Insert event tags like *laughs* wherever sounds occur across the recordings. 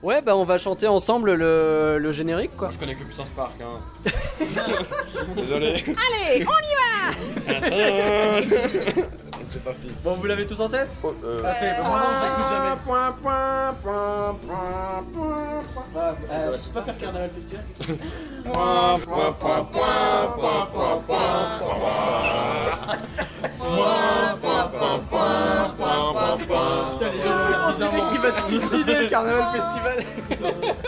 Ouais, bah on va chanter ensemble le, le générique quoi. Moi, je connais que Puissance Park, hein. Désolé. Allez, on y C'est parti. Bon, vous l'avez tous en tête Oh, euh, Ça fait. Ouais. Bon, non, je l'écoute jamais. Point, point, point, point, point, point. Voilà, euh, je peux pas faire Carnaval Festival. Point, point, point, point, point, point, point, point. Putain, les gens vont faire bizarrement. Il va se *laughs* suicider le Carnaval Festival.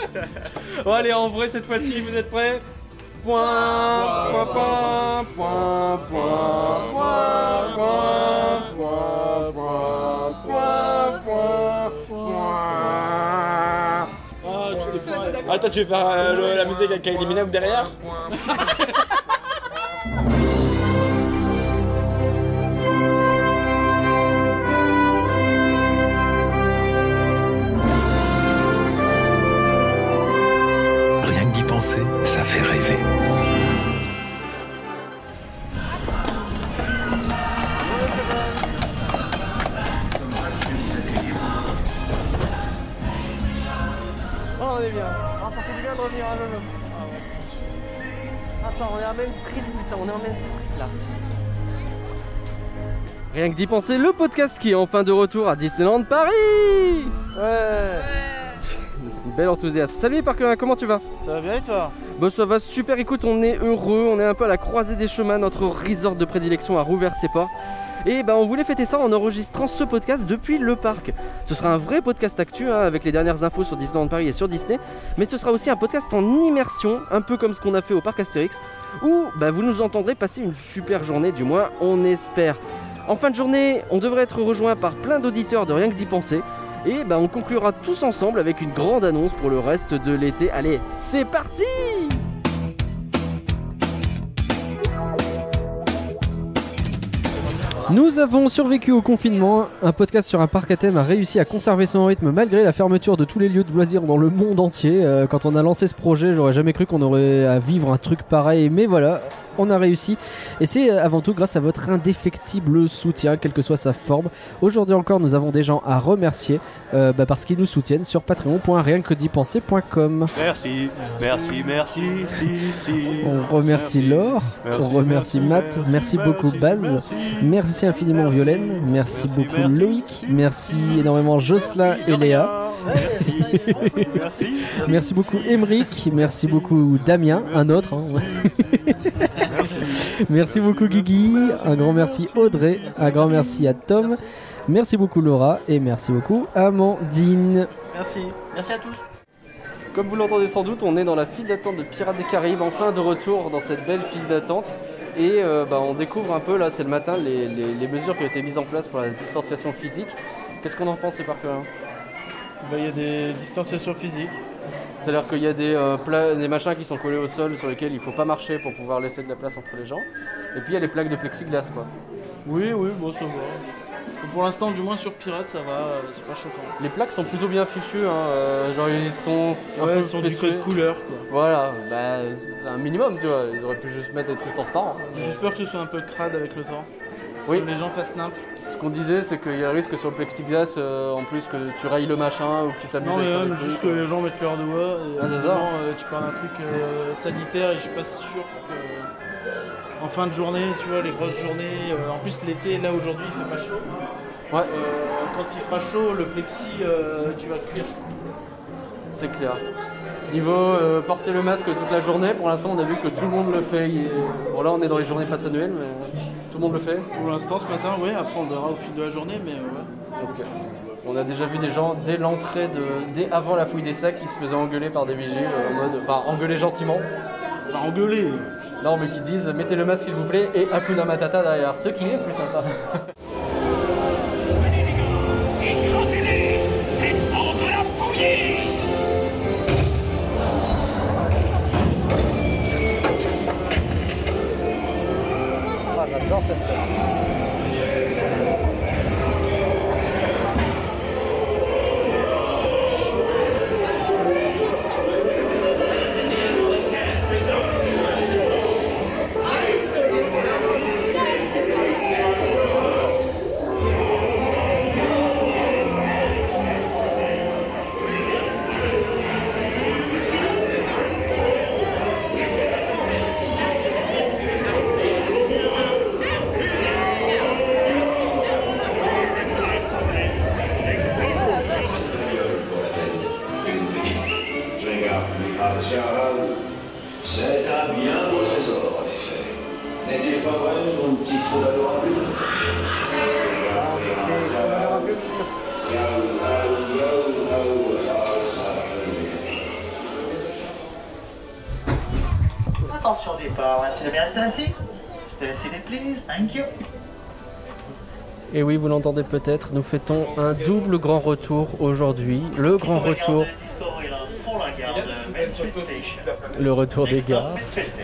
*laughs* bon, allez, en vrai, cette fois-ci, vous êtes prêts Point, point, point, point, point, point, Ah, point, point, point, point, point, point. Attends, tu veux faire euh, le- la musique avec Kylie Minogue derrière Rien que d'y penser, ça fait rêver. Oh, on est bien. Ah, ça fait du bien de revenir à Lolo. Ah, Attends, on est à Main Street, putain, on est en Main Street là. Rien que d'y penser, le podcast qui est enfin de retour à Disneyland Paris Ouais Bel enthousiasme. Salut Parker, comment tu vas Ça va bien et toi Bon, ça va super, écoute, on est heureux, on est un peu à la croisée des chemins, notre resort de prédilection a rouvert ses portes. Et ben on voulait fêter ça en enregistrant ce podcast depuis le parc. Ce sera un vrai podcast actu hein, avec les dernières infos sur Disneyland Paris et sur Disney, mais ce sera aussi un podcast en immersion, un peu comme ce qu'on a fait au parc Astérix, où ben, vous nous entendrez passer une super journée, du moins on espère. En fin de journée, on devrait être rejoint par plein d'auditeurs de rien que d'y penser. Et ben on conclura tous ensemble avec une grande annonce pour le reste de l'été. Allez, c'est parti Nous avons survécu au confinement. Un podcast sur un parc à thème a réussi à conserver son rythme malgré la fermeture de tous les lieux de loisirs dans le monde entier. Euh, quand on a lancé ce projet, j'aurais jamais cru qu'on aurait à vivre un truc pareil, mais voilà. On a réussi et c'est euh, avant tout grâce à votre indéfectible soutien, quelle que soit sa forme. Aujourd'hui encore, nous avons des gens à remercier euh, bah, parce qu'ils nous soutiennent sur patreon.rienquedipenser.com. Merci, merci, merci, si, si. On remercie Laure, on remercie Matt, merci beaucoup Baz, Merci infiniment Violaine, merci Merci, beaucoup merci. Loïc, merci énormément Jocelyn et Léa, Merci, merci, merci beaucoup Emeric, merci beaucoup Damien, un autre. hein. *laughs* merci beaucoup Guigui, un grand merci Audrey, un grand merci à Tom, merci beaucoup Laura et merci beaucoup Amandine. Merci, merci à tous. Comme vous l'entendez sans doute, on est dans la file d'attente de Pirates des Caraïbes, enfin de retour dans cette belle file d'attente. Et euh, bah, on découvre un peu, là c'est le matin, les, les- les mesures qui ont été mises en place pour la distanciation physique. Qu'est-ce qu'on en pense, ces parcs Il y a des distanciations physiques. C'est-à-dire qu'il y a des, euh, pla- des machins qui sont collés au sol sur lesquels il faut pas marcher pour pouvoir laisser de la place entre les gens. Et puis il y a les plaques de plexiglas, quoi. Oui, oui, bon, ça va. Pour l'instant, du moins sur Pirate, ça va, euh, c'est pas choquant. Les plaques sont plutôt bien fichues, hein, euh, genre ils sont un peu Ouais, ils sont du fessés. code couleur, quoi. Voilà, bah, un minimum, tu vois. Ils auraient pu juste mettre des trucs transparents. J'ai juste peur que ce soit un peu crade avec le temps. Oui. Que les gens fassent nimp. Ce qu'on disait, c'est qu'il y a le risque sur le plexiglas, euh, en plus que tu railles le machin ou que tu t'amuses Non, mais avec un même truc. juste que les gens mettent leur doigt. Et Ah, c'est ça. actuellement, euh, tu parles d'un truc euh, sanitaire et je suis pas sûr que. euh, En fin de journée, tu vois, les grosses journées. euh, en plus, l'été, là aujourd'hui, il fait pas chaud. Ouais. Euh, quand il fera chaud, le plexi, euh, tu vas cuire. C'est clair. Niveau euh, porter le masque toute la journée, pour l'instant, on a vu que tout le monde le fait. Il- Bon, là, on est dans les journées passes annuelles, mais euh, tout le monde le fait. Pour l'instant, ce matin, oui, après on verra au fil de la journée, mais euh, ouais. Donc, euh, on a déjà vu des gens dès l'entrée, de... dès avant la fouille des sacs, qui se faisaient engueuler par des vigiles, euh, en mode. Enfin, engueuler gentiment. J'ai engueulé. Non, mais qui disent mettez le masque s'il vous plaît et Hakuna Matata derrière, ce qui est plus sympa. Martial, c'est un bien beau trésor, en effet. N'est-il pas vrai, mon petit troubadour à plumes Attention départ, hein, ainsi de Atlantique. Select please, thank you. Et oui, vous l'entendez peut-être, nous fêtons un double grand retour aujourd'hui. Le grand retour, le retour des gares,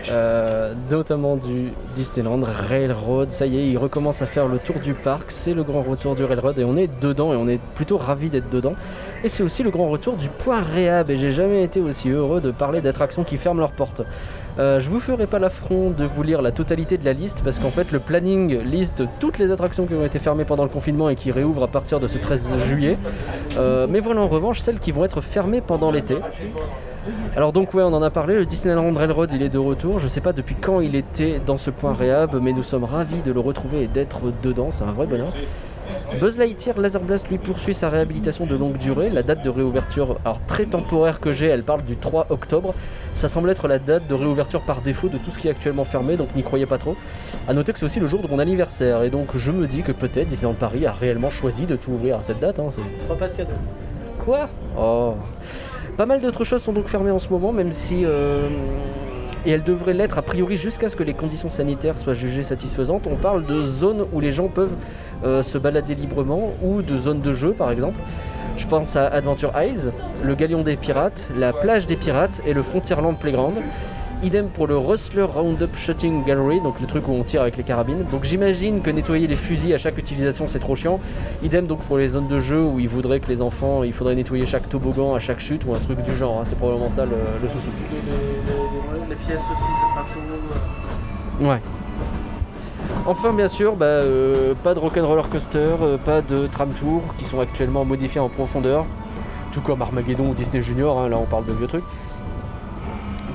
euh, notamment du Disneyland, Railroad. Ça y est, il recommence à faire le tour du parc. C'est le grand retour du Railroad et on est dedans et on est plutôt ravis d'être dedans. Et c'est aussi le grand retour du point réhab. Et j'ai jamais été aussi heureux de parler d'attractions qui ferment leurs portes. Euh, je vous ferai pas l'affront de vous lire la totalité de la liste parce qu'en fait le planning liste toutes les attractions qui ont été fermées pendant le confinement et qui réouvrent à partir de ce 13 juillet. Euh, mais voilà en revanche celles qui vont être fermées pendant l'été. Alors donc ouais on en a parlé, le Disneyland Railroad il est de retour, je sais pas depuis quand il était dans ce point réhab mais nous sommes ravis de le retrouver et d'être dedans, c'est un vrai bonheur. Buzz Lightyear Laser Blast lui poursuit sa réhabilitation de longue durée. La date de réouverture, alors très temporaire que j'ai, elle parle du 3 octobre. Ça semble être la date de réouverture par défaut de tout ce qui est actuellement fermé, donc n'y croyez pas trop. A noter que c'est aussi le jour de mon anniversaire, et donc je me dis que peut-être Disneyland Paris a réellement choisi de tout ouvrir à cette date. hein, c'est- Fera pas de cadeau. Quoi Oh. Pas mal d'autres choses sont donc fermées en ce moment, même si. euh, Et elles devraient l'être a priori jusqu'à ce que les conditions sanitaires soient jugées satisfaisantes. On parle de zones où les gens peuvent euh, se balader librement ou de zones de jeu par exemple. Je pense à Adventure Isles, le Galion des Pirates, la Plage des Pirates et le Frontierland Playground. Idem pour le Rustler Roundup Shooting Gallery, donc le truc où on tire avec les carabines. Donc j'imagine que nettoyer les fusils à chaque utilisation c'est trop chiant. Idem donc pour les zones de jeu où ils voudraient que les enfants, il faudrait nettoyer chaque toboggan à chaque chute ou un truc du genre. hein. C'est probablement ça le, le souci. Les, les- les- les- les pièces aussi, c'est pas trop. euh, Ouais. Enfin, bien sûr, bah, euh, pas de rock'n'roller coaster, euh, pas de tram tour qui sont actuellement modifiés en profondeur, tout comme Armageddon ou Disney Junior. hein, là, on parle de vieux trucs.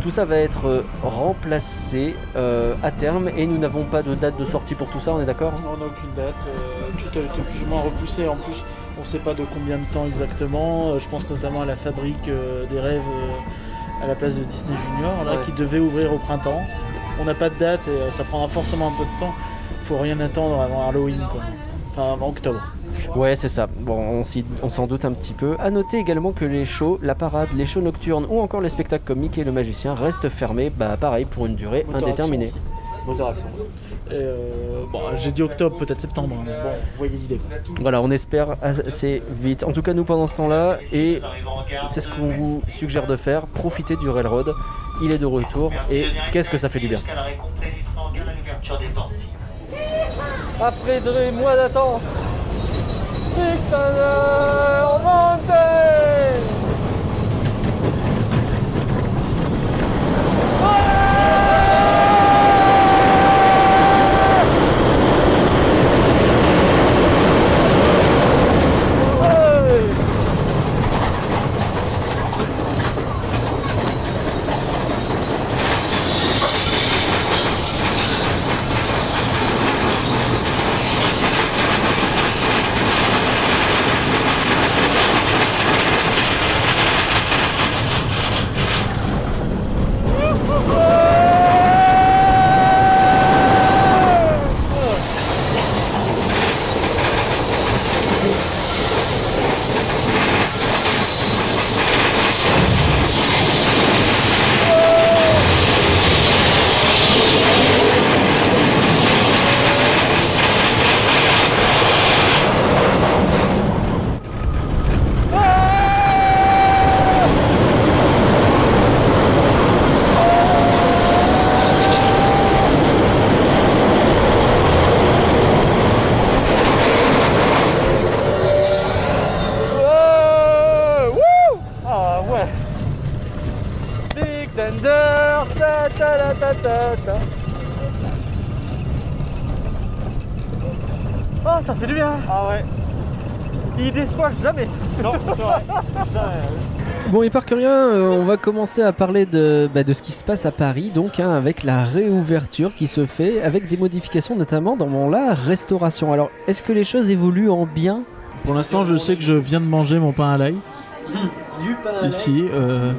Tout ça va être euh, remplacé euh, à terme et nous n'avons pas de date de sortie pour tout ça. On est d'accord hein On n'a aucune date. euh, tout a été plus ou moins repoussé. En plus, on sait pas de combien de temps exactement. Euh, Je pense notamment à la fabrique euh, des rêves euh, à la place de Disney Junior, là, Ouais. qui devait ouvrir au printemps. On n'a pas de date et euh, ça prendra forcément un peu de temps. Faut rien attendre avant Halloween, quoi. Enfin, avant octobre. Ouais, c'est ça. Bon, on s'y- on s'en doute un petit peu. À noter également que les shows, la parade, les shows nocturnes ou encore les spectacles comme Mickey et le Magicien restent fermés, bah pareil, pour une durée Motor indéterminée. Action Motor Action. Et, euh, bon, j'ai dit octobre, peut-être septembre, hein, mais bon, vous voyez l'idée. Voilà, on espère assez vite. En tout cas, nous pendant ce temps-là, et c'est ce qu'on vous suggère de faire, profitez du railroad. Il est de retour et qu'est-ce que ça fait du bien. Jusqu'à la récompense du train de l'ouverture des portes. Après deux mois d'attente. Bon, et par que rien, euh, on va commencer à parler de, bah, de ce qui se passe à Paris, donc hein, avec la réouverture qui se fait, avec des modifications notamment dans bon, la restauration. Alors, est-ce que les choses évoluent en bien Ah Pour l'instant, je sais que je viens de manger mon pain à l'ail. Ici, euh,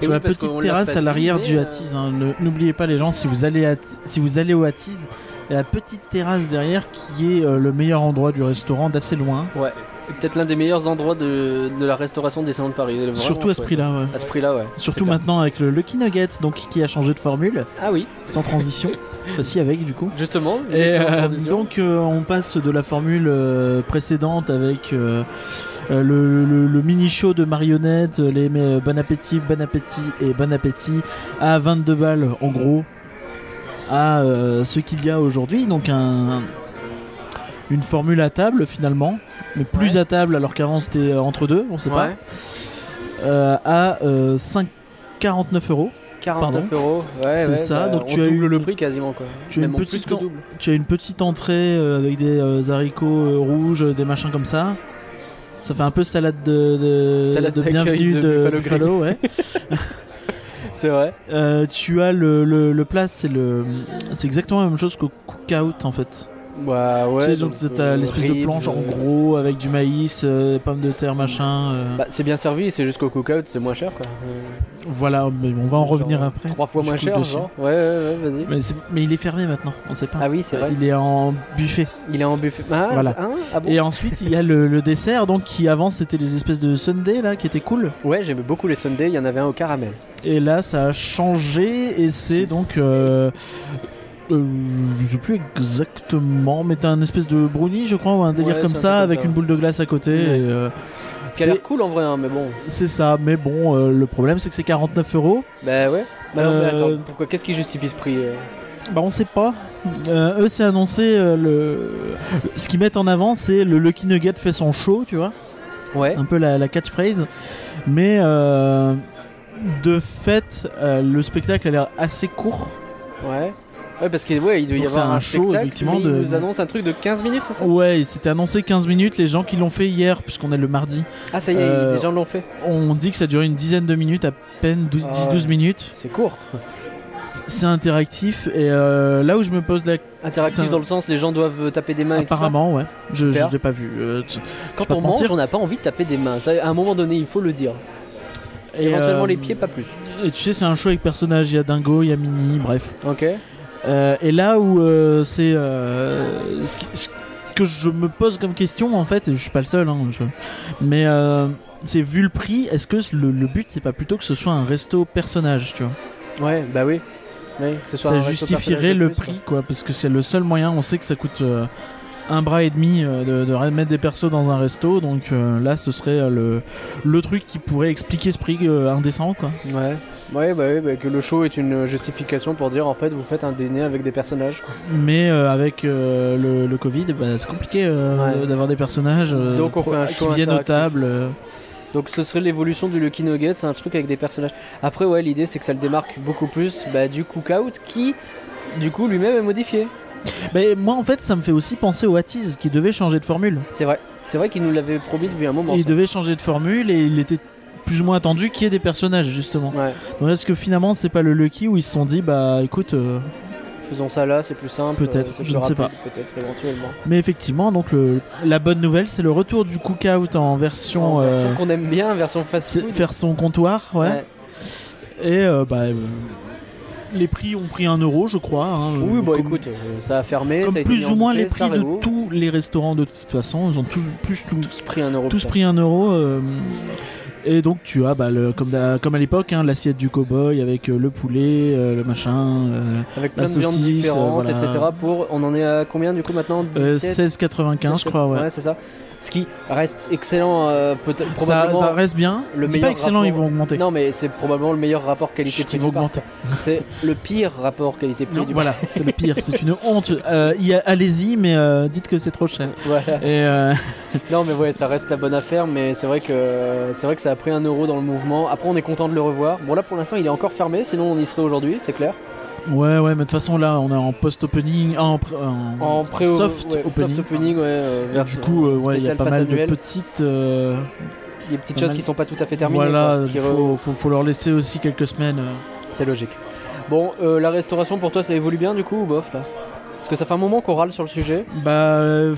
Et oui, Sur la parce petite qu'on l'a terrasse à patiné, l'arrière du euh, Hatties. hein. Ne- N'oubliez pas les gens, si vous allez, à- si vous allez au Hatties, il y a la petite terrasse derrière qui est euh, le meilleur endroit du restaurant d'assez loin. Ouais. euh, Et Peut-être l'un des meilleurs endroits de, de la restauration des salons de Paris. Vraiment, Surtout à ce ouais. prix-là. ouais. À ce prix-là, ouais. Surtout C'est clair. maintenant avec le Lucky Nugget, donc qui a changé de formule, Ah oui, sans *laughs* transition, aussi avec du coup. justement. une Et excellente euh, transition. donc euh, on passe de la formule euh, précédente avec euh, euh, le, le- le mini-show de marionnettes, euh, les mais, euh, bon appétit, bon appétit et bon appétit à 22 balles en gros à euh, ce qu'il y a aujourd'hui. Donc un, une formule à table finalement, mais plus à table alors qu'avant c'était euh, entre deux, on sait pas, Ouais. euh, à euh, 5 49 euros. 49 Pardon. euros. Ouais, C'est ouais, ça, bah, donc on tu as double eu- le prix quasiment quoi. tu as Même une en plus petite que en- double. Tu as une petite entrée euh, avec des euh, haricots euh, rouges, euh, des machins comme ça. Ça fait un peu salade de, de- Salade de d'accueil bienvenue de de Buffalo Grill. *laughs* Buffalo, ouais. C'est vrai. Euh, tu as le, le, le plat, c'est le, c'est exactement la même chose qu'au cookout en fait. Bah ouais. tu sais, donc, donc, t'as euh, l'espèce de ribs, planche en euh, gros avec du maïs, euh, des pommes de terre, machin. euh, Bah, c'est bien servi, c'est jusqu'au cookout, c'est moins cher quoi. Euh, voilà, mais on va en genre, revenir après. Trois fois Du moins coup, cher, dessus. genre. Ouais, ouais, ouais, vas-y. Mais, c'est- mais il est fermé maintenant, on sait pas. Ah oui, c'est vrai. Il est en buffet. Il est en buffet. Ah, Voilà. hein Ah bon Et ensuite, il y a le, le dessert, donc qui avant c'était les espèces de sundae là, qui étaient cool. ah. Ouais, j'aimais beaucoup les Sundays, il y en avait un au caramel. Et là, ça a changé et c'est donc. Euh, euh, je sais plus exactement, mais t'as un espèce de brownie, je crois, ou un délire Ouais, comme c'est un ça, peu comme avec ça, une ouais. boule de glace à côté. Ouais. et, euh, Qui a c'est- l'air cool en vrai, hein, mais bon. c'est ça, mais bon, euh, le problème c'est que c'est 49 euros. Bah ouais. Bah non, mais Euh, attends, pourquoi Qu'est-ce qui justifie ce prix euh Bah, on sait pas. Euh, eux, c'est annoncé. euh, le... Ce qu'ils mettent en avant, c'est le Lucky Nugget fait son show, tu vois. Ouais. un peu la, la catchphrase. Mais euh, de fait, euh, le spectacle a l'air assez court. Ouais. Ouais, parce qu'il ouais, il doit y Donc c'est avoir un, un show, spectacle, effectivement, mais il de- nous annonce un truc de 15 minutes, c'est ça Ouais, c'était annoncé 15 minutes. Les gens qui l'ont fait hier, puisqu'on est le mardi, Ah, ça y est, Euh, des gens l'ont fait. on dit que ça durait une dizaine de minutes, à peine Ah 10-12 ouais. minutes. C'est court. C'est interactif. Et euh, là où je me pose la Interactif Ça- dans le sens, les gens doivent taper des mains et tout ça. apparemment, ouais, je, je Super. l'ai pas vu. euh, tu- je vais Quand pas on te mentir. mange, on n'a pas envie de taper des mains. Ça, à un moment donné, il faut le dire. Et, Éventuellement euh, les pieds, pas plus. Et tu sais, c'est un show avec personnages. Il y a Dingo, il y a Mini, bref. Ok. Euh, et là où euh, c'est euh, ce, qui- ce que je me pose comme question en fait, et je suis pas le seul, hein, je- mais euh, c'est vu le prix, est-ce que le, le but c'est pas plutôt que ce soit un resto personnage, tu vois Ouais, bah oui. Ouais, que ce soit un Ça resto justifierait personnel de le plus, prix, quoi, parce que c'est le seul moyen. On sait que ça coûte euh, un bras et demi euh, de, de mettre des persos dans un resto, donc euh, là ce serait euh, le, le truc qui pourrait expliquer ce prix euh, indécent, quoi. quoi. Ouais. Ouais, bah oui, bah, que le show est une justification pour dire en fait, vous faites un dîner avec des personnages. quoi. Mais euh, avec euh, le, le Covid, bah, c'est compliqué euh, Ouais. d'avoir des personnages euh, Donc, on pour- fait un qui show viennent aux interactif. tables. euh. Donc ce serait l'évolution du Lucky Nugget, c'est un truc avec des personnages. Après, ouais, l'idée c'est que ça le démarque beaucoup plus bah, du Cookout qui, du coup, lui-même est modifié. Mais moi, en fait, ça me fait aussi penser au Hatties qui devait changer de formule. C'est vrai. C'est vrai qu'il nous l'avait promis depuis un moment. il ça. devait changer de formule et il était plus ou moins attendu qu'il y ait des personnages, justement. Ouais, Donc, est-ce que finalement, c'est pas le Lucky où ils se sont dit, bah écoute. euh, faisons ça là, c'est plus simple. Peut-être, euh, c'est je plus ne sais rapide, Peut-être, éventuellement. Mais effectivement, donc le... la bonne nouvelle, c'est le retour du cookout en version. En version euh, qu'on aime bien, version c'est- fast-food. faire son comptoir, ouais. Ouais. Et euh, bah. euh, Les prix ont pris un euro, je crois. hein, Oui, euh, bon, comme- écoute, euh, ça a fermé. Comme ça a été mis plus en ou moins buffet, les ça prix de réouvre. tous les restaurants de toute façon, ils ont tous plus tout- Tous pris un euro. tous près. pris un euro. euh, et donc tu as bah, le, comme, d'hab- comme à l'époque hein, l'assiette du cow-boy avec euh, le poulet, euh, le machin, euh, Avec la plein de viandes saucisse, euh, différentes, voilà. etc. Pour, on en est à combien du coup maintenant euh, 17, 16,95 je 17, crois. Ouais. c'est ça. Ce qui reste excellent, euh, peut-être ça, probablement. ça reste bien. le C'est pas meilleur excellent, rapport- ils vont augmenter. Non, mais c'est probablement le meilleur rapport Chut, qualité-prix. ils vont du parc. augmenter. C'est le pire rapport qualité-prix Non, du voilà, c'est le pire, c'est une honte. Euh, y a- Allez-y, mais euh, dites que c'est trop cher. parc. Voilà. Et, euh, Non mais ouais ça reste la bonne affaire mais c'est vrai que c'est vrai que ça a pris un euro dans le mouvement. Après on est content de le revoir. Bon là pour l'instant il est encore fermé sinon on y serait aujourd'hui c'est clair. ouais, ouais, mais de toute façon là, on est en post-opening, en, pré- en, En pré soft, ouais, opening. soft opening ouais euh, Et vers du coup, euh, ouais, il y a spécial pas pass mal annuel. de petites. euh, les petites pas choses mal- qui sont pas tout à fait terminées. voilà, quoi, qui il re- faut, faut- faut leur laisser aussi quelques semaines. euh. C'est logique. Bon euh, la restauration pour toi ça évolue bien du coup ou bof là Parce que ça fait un moment qu'on râle sur le sujet. Bah, euh,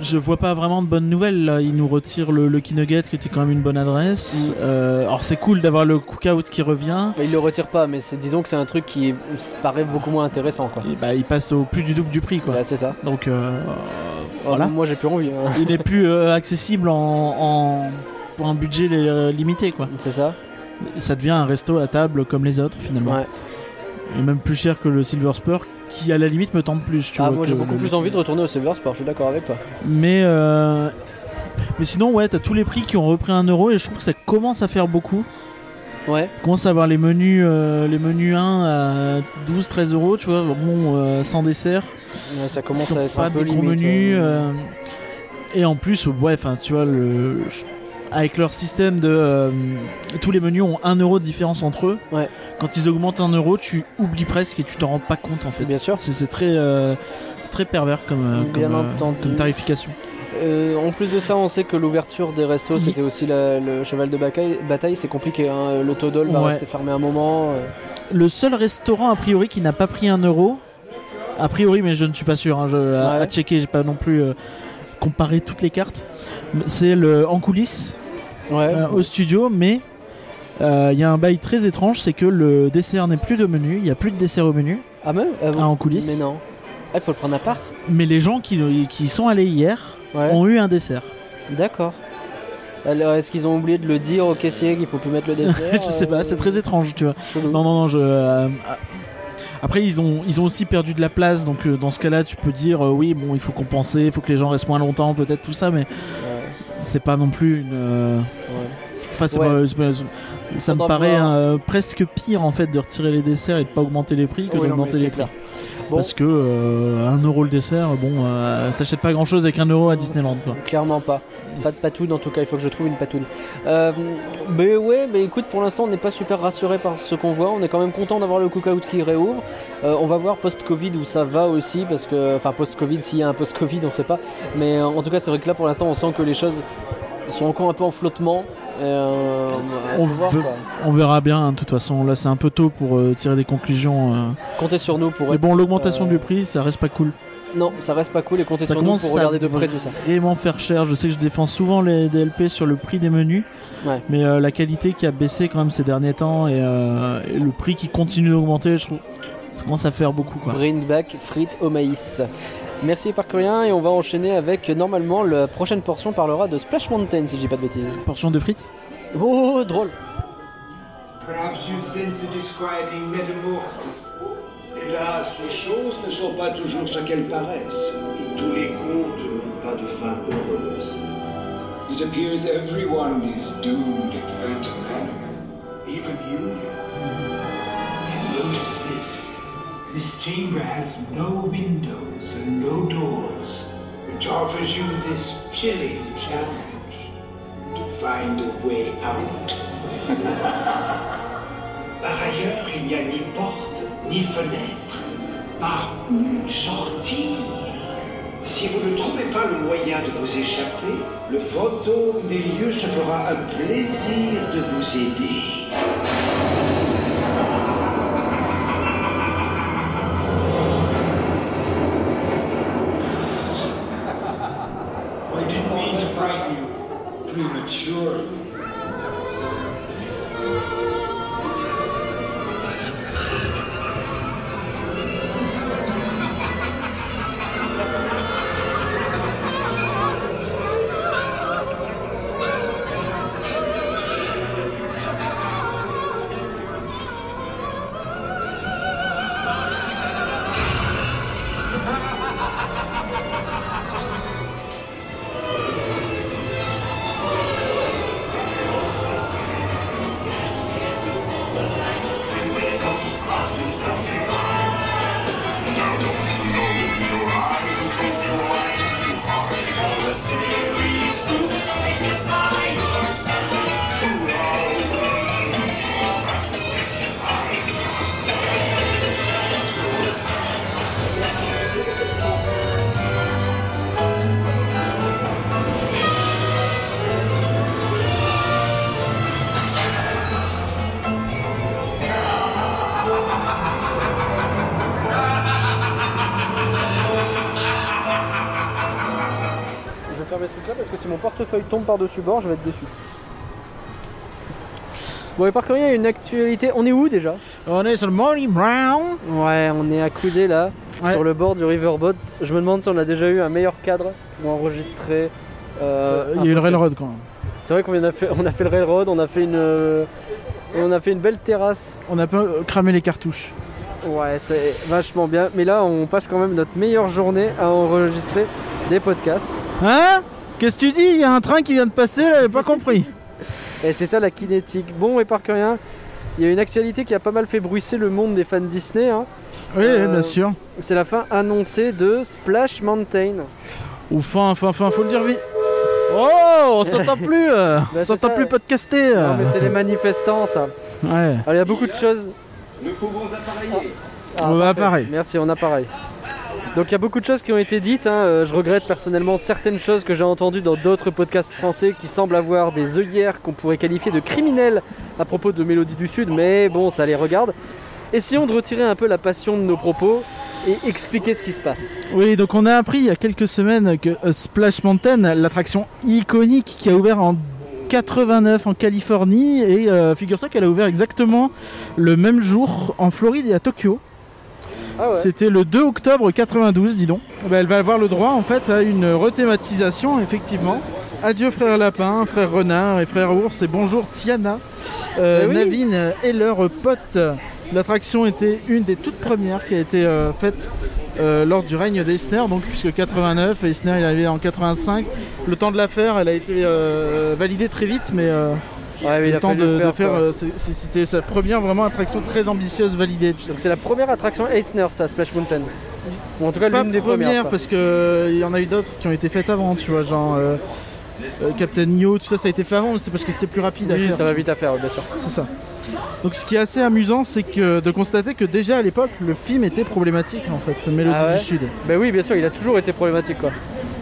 je vois pas vraiment de bonnes nouvelles. Là. Ils nous retirent le Lucky Nugget qui était quand même une bonne adresse. Mm. Euh, alors c'est cool d'avoir le Cookout qui revient. Mais il le retire pas, mais c'est- disons que c'est un truc qui est- paraît beaucoup moins intéressant, quoi. Et bah, il passe au plus du double du prix quoi. Bah, c'est ça. Donc euh, Voilà. voilà. Moi, j'ai plus envie. hein. il n'est *laughs* plus euh, accessible en, en- pour un budget euh, limité quoi. C'est ça. Ça devient un resto à table comme les autres finalement. Ouais. Et même plus cher que le Silver Spur qui à la limite me tente plus. Tu Ah, vois, moi, j'ai que beaucoup le- plus envie de retourner au Silver Sport. Je suis d'accord avec toi. Mais euh, mais sinon ouais t'as tous les prix qui ont repris un euro et je trouve que ça commence à faire beaucoup. Ouais. commence à avoir les menus euh, les menus 1 à 12 13 euros tu vois bon euh, sans dessert Ouais, Ça Ils commence sont à être pas un peu des gros limite. menus ouais. euh, et en plus ouais enfin tu vois le je- avec leur système de euh, tous les menus ont 1 euro de différence entre eux Ouais. quand ils augmentent 1 euro tu oublies presque et tu t'en rends pas compte en fait Bien sûr. c'est c'est très euh, c'est très pervers comme euh, Bien comme, euh, entendu. comme tarification Euh, en plus de ça, on sait que l'ouverture des restos, Il- c'était aussi la- le cheval de bataille. bataille, C'est compliqué. Hein. Le Todol va Ouais. rester fermé un moment. euh. le seul restaurant a priori qui n'a pas pris un euro, a priori, mais je ne suis pas sûr, hein, je, à, Ouais. à checker, j'ai pas non plus euh, comparé toutes les cartes, mais c'est le en coulisses Ouais. euh, au studio, mais euh, il y a un bail très étrange, c'est que le dessert n'est plus de menu, il n'y a plus de dessert au menu, Ah même Ah bon hein, en coulisses, Mais mais, non. Ah, il faut le prendre à part. les gens qui, qui y sont allés hier Ouais. ont eu un dessert. D'accord. Alors, est-ce qu'ils ont oublié de le dire au caissier qu'il faut plus *laughs* mettre le dessert je sais pas, euh, c'est très étrange, tu vois. chelou. Non, non, non, je. euh, ah. après, ils ont, ils ont aussi perdu de la place, donc euh, dans ce cas-là, tu peux dire euh, oui, bon, il faut compenser, il faut que les gens restent moins longtemps, peut-être tout ça, mais Ouais, c'est pas non plus une. euh, ouais. Enfin, c'est Ouais. pas- c'est pas- ça me Faudra paraît voir. euh, presque pire en fait de retirer les desserts et de pas augmenter les prix *laughs* que Oui, non, mais d'augmenter c'est les prix. clair. Bon. Parce que euh, un euro le dessert, bon, euh, t'achètes pas grand chose avec un euro à Disneyland quoi. Clairement pas. Pas de patoune en tout cas, il faut que je trouve une patoune. Euh, mais ouais, mais écoute, pour l'instant on n'est pas super rassuré par ce qu'on voit. On est quand même content d'avoir le cookout qui réouvre. Euh, on va voir post-Covid où ça va aussi, parce que. Enfin, post-Covid, s'il y a un post-Covid, on sait pas. Mais euh, en tout cas, c'est vrai que là pour l'instant on sent que les choses sont encore un peu en flottement. Euh, On faut voir, veut- quoi. On verra bien, hein, de toute façon, là c'est un peu tôt pour euh, tirer des conclusions. euh. Comptez sur nous pour Mais être. bon, l'augmentation euh, du prix, ça reste pas cool. Non, ça reste pas cool et comptez Ça sur nous commence pour à regarder de près tout ça. vraiment faire cher. Je sais que je défends souvent les DLP sur le prix des menus, Ouais. mais euh, la qualité qui a baissé quand même ces derniers temps et, euh, et le prix qui continue d'augmenter, je trouve, ça commence à faire beaucoup. Quoi. Bring back frites au maïs. Merci Parcourien et on va enchaîner avec normalement la prochaine portion parlera de Splash Mountain si je dis pas de bêtises. Portion de frites Oh, oh, oh, drôle. Perhaps you sense a disquieting metamorphosis. Hélas, les choses ne sont pas toujours ce qu'elles paraissent. Et tous les contes n'ont pas de fin heureuse. It appears everyone is doomed at Phantom Manor, even you. And notice this. This chamber has no windows and no doors, which offers you this chilling challenge to find a way out. *laughs* Par ailleurs, il n'y a ni porte, ni fenêtre. Par où sortir Si vous ne trouvez pas le moyen de vous échapper, le fantôme des lieux se fera un plaisir de vous aider. I didn't mean to frighten you prematurely. jamais ce truc-là parce que si mon portefeuille tombe par-dessus bord, je vais être déçu. Bon, et par contre, il y a une actualité. On est où déjà On est sur le Morning Brown. Ouais, on est accoudé là, Ouais. sur le bord du riverboat. Je me demande si on a déjà eu un meilleur cadre pour enregistrer. euh, Ah, Il un y a eu le podcast. railroad quand même. C'est vrai qu'on a fait, on a fait le railroad, on a fait une, euh, on a fait une belle terrasse. On a pas euh, cramé les cartouches. Ouais, c'est vachement bien. Mais là, on passe quand même notre meilleure journée à enregistrer des podcasts. Hein Qu'est-ce que tu dis Il y a un train qui vient de passer, là, j'ai pas compris. Et c'est ça la kinétique. Bon, et par que rien, il y a une actualité qui a pas mal fait bruisser le monde des fans Disney. hein. Oui, Euh, bien sûr. C'est la fin annoncée de Splash Mountain. Ou fin, fin, fin, faut le dire vite. Oh, on *laughs* s'entend plus euh, Bah, c'est On s'entend ça, plus ouais. podcaster euh. Non, mais c'est les manifestants, ça. Ouais. Alors, il y a beaucoup de choses. Nous pouvons appareiller. Ah, On va parfait. appareil. Merci, on a pareil. Donc il y a beaucoup de choses qui ont été dites. hein. Euh, Je regrette personnellement certaines choses que j'ai entendues dans d'autres podcasts français qui semblent avoir des œillères qu'on pourrait qualifier de criminelles à propos de Mélodie du Sud, mais bon, ça les regarde. Essayons de retirer un peu la passion de nos propos et expliquer ce qui se passe. Oui, donc on a appris il y a quelques semaines que euh, Splash Mountain, l'attraction iconique qui a ouvert en 89 en Californie, et euh, figure-toi qu'elle a ouvert exactement le même jour en Floride et à Tokyo. Ah C'était le 2 octobre 92, dis donc. Bah, elle va avoir le droit en fait à une rethématisation, effectivement. Adieu frère lapin, frère renard et frère ours et bonjour Tiana, euh, Eh oui. Navine euh, et leurs potes. L'attraction était une des toutes premières qui a été euh, faite euh, lors du règne d'Eisner, donc puisque 89, Eisner il est arrivé en 85. Le temps de la faire, elle a été euh, validée très vite, mais euh, Ouais, mais il le a temps fallu de, le de faire. faire, quoi. euh, c'est- c'est- c'était sa première vraiment attraction très ambitieuse validée. puisque- Donc c'est la première attraction Eisner, ça, Splash Mountain. Ou en tout cas pas l'une des première, premières. quoi. parce que euh, il y en a eu d'autres qui ont été faites avant, tu vois, genre euh, euh, Captain Yo, tout ça, ça a été fait avant, mais c'était parce que c'était plus rapide à Oui, faire. ça va vite à faire, bien sûr. C'est ça. Donc ce qui est assez amusant, c'est que de constater que déjà à l'époque, le film était problématique en fait, Mélodie Ah ouais du Sud. Ben oui, bien sûr, il a toujours été problématique quoi.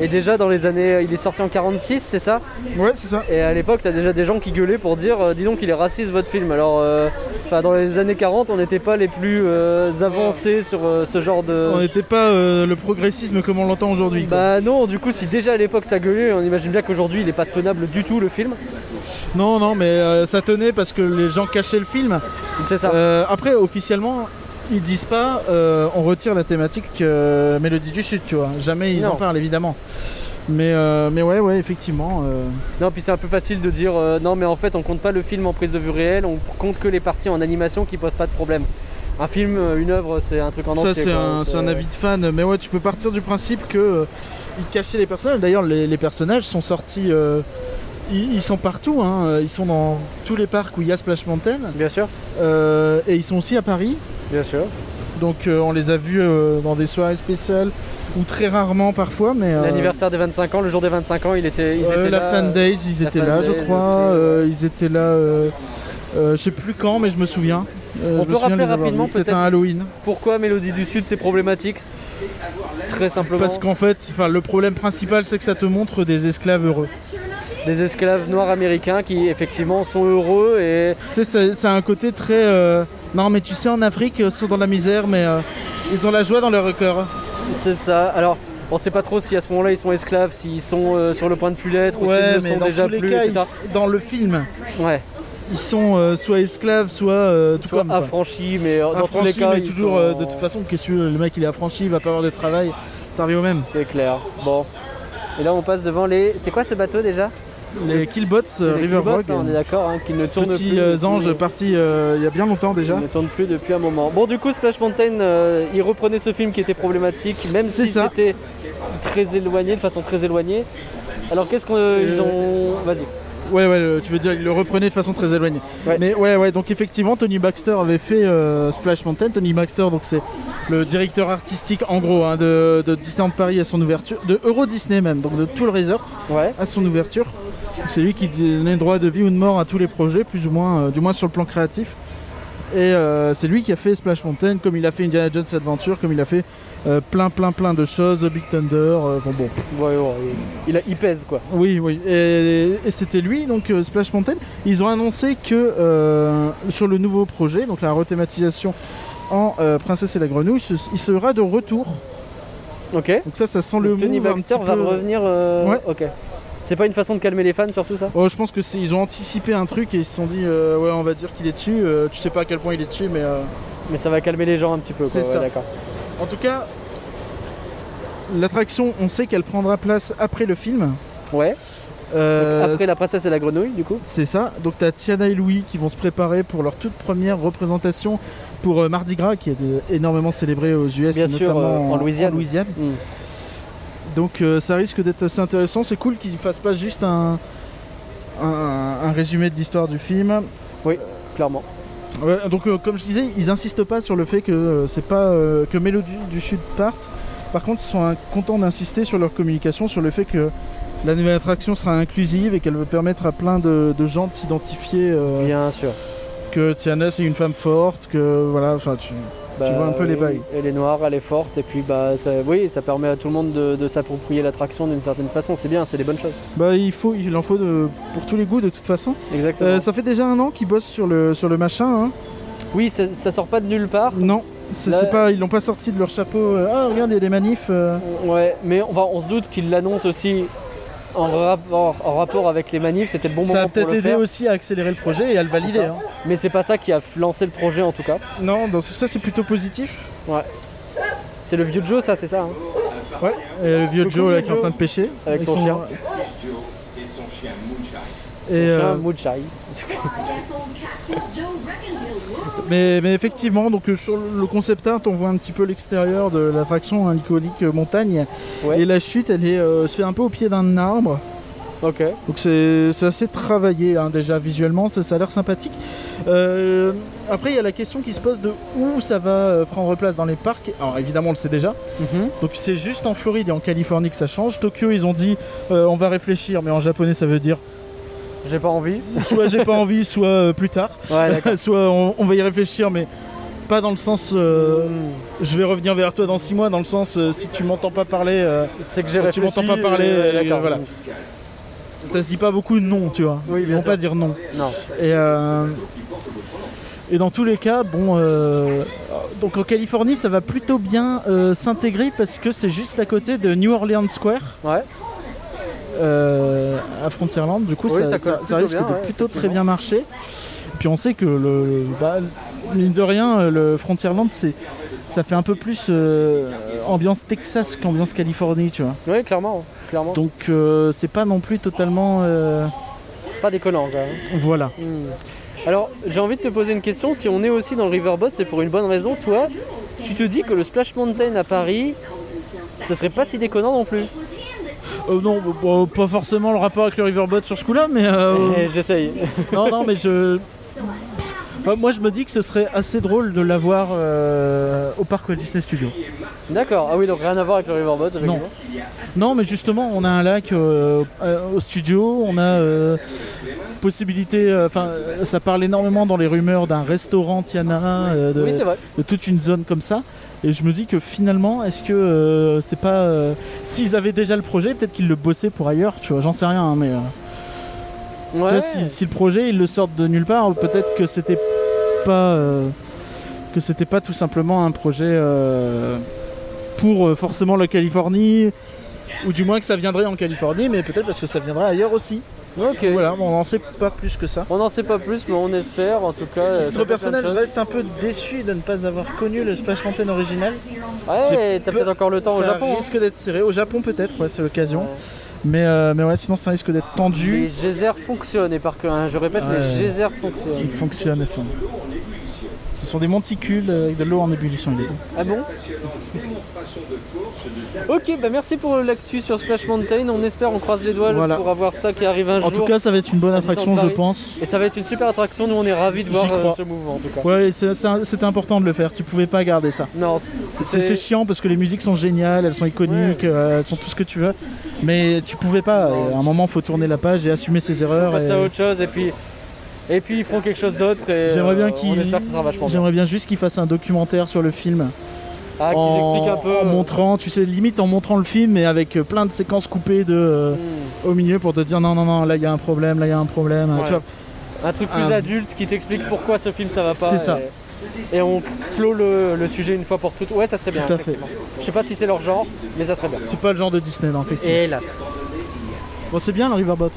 Et déjà dans les années, il est sorti en 46, c'est ça Ouais, c'est ça. Et à l'époque, t'as déjà des gens qui gueulaient pour dire, euh, dis donc, il est raciste votre film. Alors, euh, enfin, dans les années 40, on n'était pas les plus euh, avancés sur euh, ce genre de. On n'était pas euh, le progressisme comme on l'entend aujourd'hui. quoi. Bah non, du coup, si déjà à l'époque ça gueulait, on imagine bien qu'aujourd'hui, il est pas tenable du tout le film. Non, non, mais euh, ça tenait parce que les gens cachaient le film. C'est ça. Euh, après, officiellement, ils disent pas euh, on retire la thématique euh, Mélodie du Sud, tu vois. Jamais ils Non. en parlent, évidemment. Mais, euh, mais ouais, ouais, effectivement. euh, Non, puis c'est un peu facile de dire, euh, non, mais en fait, on compte pas le film en prise de vue réelle, on compte que les parties en animation qui posent pas de problème. Un film, euh, une œuvre, c'est un truc en ça, entier. c'est quoi. un, c'est un avis de fan. Mais ouais, tu peux partir du principe que euh, ils cachaient les personnages. D'ailleurs, les, les personnages sont sortis. euh, ils, ils sont partout, hein. ils sont dans tous les parcs où il y a Splash Mountain. Bien sûr, Euh, et ils sont aussi à Paris. bien sûr. Donc euh, on les a vus euh, dans des soirées spéciales ou très rarement parfois. Mais euh, L'anniversaire des 25 ans, le jour des 25 ans, il était, ils Ouais, étaient Euh, la là. Fan Days, ils la étaient Fan là, je Days crois. aussi, ouais. euh, ils étaient là, euh, euh, je sais plus quand, mais je me souviens. Euh, On je peut me souviens de rappeler les avoir vus. rapidement, Peut-être peut-être- un Halloween. Pourquoi Mélodie du Sud c'est problématique Très simplement, Parce qu'en fait, enfin, le problème principal, c'est que ça te montre des esclaves heureux. des esclaves noirs américains qui effectivement sont heureux et Tu sais, c'est- c'est un côté très. euh, Non, mais tu sais, en Afrique, ils sont dans la misère, mais euh, ils ont la joie dans leur cœur. c'est ça. Alors, on sait pas trop si à ce moment-là ils sont esclaves, s'ils sont euh, sur le point de plus l'être ou s'ils Ouais, ne mais sont dans déjà tous les plus, cas, etc. ils- dans le film, Ouais, ils sont euh, soit esclaves, soit. euh, tout soit comme, quoi. affranchis, mais euh, dans tous les Affranchis, cas, mais ils toujours sont- euh, de toute façon, qu'est-ce que le mec il est affranchi, il va pas avoir de travail, ça arrive au même. C'est clair. Bon. Et là, on passe devant les. C'est quoi ce bateau déjà Les Killbots, euh, C'est les River Killbots, Rock, hein, on est d'accord, hein, qui ne tournent petits plus. Mm. euh, depuis- anges partis euh, il y a bien longtemps déjà. Il ne tourne plus depuis un moment. Bon, du coup, Splash Mountain, euh, il reprenait ce film qui était problématique, même C'est si ça. c'était très éloigné, de façon très éloignée. Alors, qu'est-ce qu'ils ont. Vas-y. Ouais, ouais, le- tu veux dire, il le reprenait de façon très éloignée. Ouais. Mais ouais, ouais, donc effectivement, Tony Baxter avait fait euh, Splash Mountain. Tony Baxter, donc c'est le directeur artistique en gros hein, de, de Disneyland Paris à son ouverture, de Euro Disney même, donc de tout le resort Ouais. à son ouverture. Donc, C'est lui qui donnait droit de vie ou de mort à tous les projets, plus ou moins, euh, du moins sur le plan créatif. Et euh, c'est lui qui a fait Splash Mountain, comme il a fait Indiana Jones Adventure, comme il a fait euh, plein, plein, plein de choses, The Big Thunder, euh, bon, bon. Ouais, ouais, Il, a, il pèse, quoi. Oui, oui. Et, et c'était lui, donc euh, Splash Mountain. Ils ont annoncé que euh, sur le nouveau projet, donc la rethématisation en euh, Princesse et la Grenouille, ce- il sera de retour. Ok. Donc ça, ça sent le Tony move un Baxter petit va peu- revenir. euh, Ouais. Ok. C'est pas une façon de calmer les fans, surtout ça Oh, je pense que c'est ils ont anticipé un truc et ils se sont dit euh, ouais on va dire qu'il est dessus. euh, tu sais pas à quel point il est dessus, mais euh, Mais ça va calmer les gens un petit peu, quoi. C'est ouais, ça. d'accord. en tout cas l'attraction on sait qu'elle prendra place après le film. Ouais. Euh, Après la princesse et la grenouille, du coup. C'est ça. Donc t'as Tiana et Louis qui vont se préparer pour leur toute première représentation pour euh, Mardi Gras qui est euh, énormément célébré aux US, Bien et sûr, notamment euh, en Louisiane. Mm. Donc euh, ça risque d'être assez intéressant. C'est cool qu'ils fassent pas juste un un, un résumé de l'histoire du film. Clairement. Ouais, donc euh, comme je disais, ils insistent pas sur le fait que euh, c'est pas euh, que Mélodie du Sud parte. Par contre, ils sont euh, contents d'insister sur leur communication, sur le fait que la nouvelle attraction sera inclusive et qu'elle veut permettre à plein de, de gens de s'identifier. euh, Bien sûr. que Tiana c'est une femme forte, que voilà, enfin tu. Bah, vois un peu les oui, bails. Elle est noire, elle est forte, et puis bah ça, oui, ça permet à tout le monde de, de s'approprier l'attraction d'une certaine façon. C'est bien, c'est des bonnes choses. Bah il faut, il en faut de, pour tous les goûts de toute façon. Exactement. Euh, ça fait déjà un an qu'ils bossent sur le sur le machin. Hein. Oui, ça, ça sort pas de nulle part. Non, c'est Là- c'est pas, ils l'ont pas sorti de leur chapeau. euh, ah regarde il y a des manifs. euh. Ouais, mais on, va- on se doute qu'il l'annonce aussi en rapport, en rapport avec les manifs. C'était le bon Ça moment a pour peut-être le aidé faire. aussi à accélérer le projet et à le C'est valider. ça. hein. Mais c'est pas ça qui a lancé le projet en tout cas. Non, donc ça c'est plutôt positif. C'est le vieux Joe, ça, c'est ça. hein Ouais. Et le vieux Coucou, Joe là vieux qui est en Joe. train de pêcher. Avec son chien. Et, Son chien, euh, Moonshine. mais, mais effectivement, donc euh, sur le concept art, on voit un petit peu l'extérieur de l'attraction, hein, l'iconique euh, montagne. Ouais. Et la chute, elle est, euh, se fait un peu au pied d'un arbre. Ok. Donc c'est c'est assez travaillé hein, déjà visuellement, ça, ça a l'air sympathique. Euh, après il y a la question qui se pose de où ça va euh, prendre place dans les parcs. Alors évidemment on le sait déjà. Mhm. Donc c'est juste en Floride et en Californie que ça change. Tokyo ils ont dit euh, on va réfléchir mais en japonais ça veut dire J'ai pas envie. soit j'ai pas envie, soit euh, plus tard. Ouais, d'accord. *laughs* soit on, on va y réfléchir mais pas dans le sens euh, Mm. je vais revenir vers toi dans six mois, dans le sens euh, si tu m'entends pas parler, euh, C'est que j'ai réfléchi. tu m'entends pas parler, euh, euh, voilà. ça se dit pas beaucoup non tu vois. Oui, Ils bien vont sûr. pas dire non. Non. Et, euh, et dans tous les cas, bon, euh, donc en Californie, ça va plutôt bien euh, s'intégrer parce que c'est juste à côté de New Orleans Square. Ouais. Euh, à Frontierland, du coup, Oui, ça, ça colle ça- ça plutôt risque bien, de ouais, plutôt très bien marcher. Puis on sait que le, le- bah, mine de rien, euh, le Frontierland, c'est ça fait un peu plus euh, ambiance Texas qu'ambiance Californie, tu vois. Oui, clairement. Clairement. Donc euh, c'est pas non plus totalement, euh, C'est pas déconnant, quoi. voilà. Hmm. Alors, j'ai envie de te poser une question. Si on est aussi dans le riverboat, c'est pour une bonne raison. Toi, tu te dis que le Splash Mountain à Paris, ce serait pas si déconnant non plus. Euh, non, bah, bah, pas forcément le rapport avec le riverboat sur ce coup-là, mais euh, Eh, J'essaye. non, non, mais je. Bah, moi, je me dis que ce serait assez drôle de l'avoir euh, au parc Disney Studio. D'accord. Ah oui, donc rien à voir avec le riverboat. effectivement. Non. Non, mais justement, on a un lac euh, euh, au studio, on a euh, possibilité. euh, Enfin, euh, ça parle énormément dans les rumeurs d'un restaurant Tiana, euh, de, Oui, c'est vrai. de toute une zone comme ça. Et je me dis que finalement, est-ce que euh, c'est pas. euh, S'ils avaient déjà le projet, peut-être qu'ils le bossaient pour ailleurs, tu vois, j'en sais rien, hein, mais. euh, Tu Ouais. vois, si, si le projet ils le sortent de nulle part, peut-être que c'était pas euh, que c'était pas tout simplement un projet euh, pour euh, forcément la Californie ou du moins que ça viendrait en Californie, mais peut-être parce que ça viendrait ailleurs aussi. Ok. Voilà, bon, on n'en sait pas plus que ça. On n'en sait pas plus, mais on espère en tout cas. euh, ça Notre peut faire personnage une chose. reste un peu déçu de ne pas avoir connu le Splash Mountain original. Ouais, t'as peu- peut-être encore le temps au ça Japon. hein. risque d'être serré. Au Japon peut-être, ouais, c'est l'occasion. Mais, euh, mais ouais, sinon ça risque d'être Les tendu. geysers fonctionnent, et par que, hein, je répète, les Ouais. geysers Il fonctionnent. fonctionne, enfin. Ce sont des monticules avec de l'eau en ébullition. il est bon. Ah bon Ok, bah merci pour l'actu sur Splash Mountain. On espère, on croise les doigts Voilà. pour avoir ça qui arrive un En jour. tout cas, ça va être une bonne attraction, je Paris. pense. Et ça va être une super attraction. Nous, on est ravis de voir J'y euh, crois. ce mouvement en tout cas. Ouais, c'est- c'est- c'était important de le faire. Tu pouvais pas garder ça. Non, C'est c'est chiant parce que les musiques sont géniales, elles sont iconiques, euh, elles sont tout ce que tu veux. Mais tu pouvais pas. Et À un moment, faut tourner la page et assumer ses erreurs. passer à et autre chose et puis. Et puis ils feront quelque chose d'autre et J'aimerais bien euh, qu'ils. on espère que ça sera vachement bien. J'aimerais bien juste qu'ils fassent un documentaire sur le film. Ah, qu'ils en... expliquent un peu. euh, en montrant, tu sais, limite en montrant le film, mais avec euh, plein de séquences coupées de euh, Hmm. au milieu pour te dire non, non, non, là il y a un problème, là il y a un problème. Ouais. Tu vois, un truc plus un- adulte qui t'explique pourquoi ce film ça va pas. C'est ça. Et, et on clôt le, le sujet une fois pour toutes. Ouais, ça serait bien. Tout à fait. effectivement. Je sais pas si c'est leur genre, mais ça serait bien. c'est pas le genre de Disney, non, effectivement. Hélas. Bon, c'est bien le riverbot.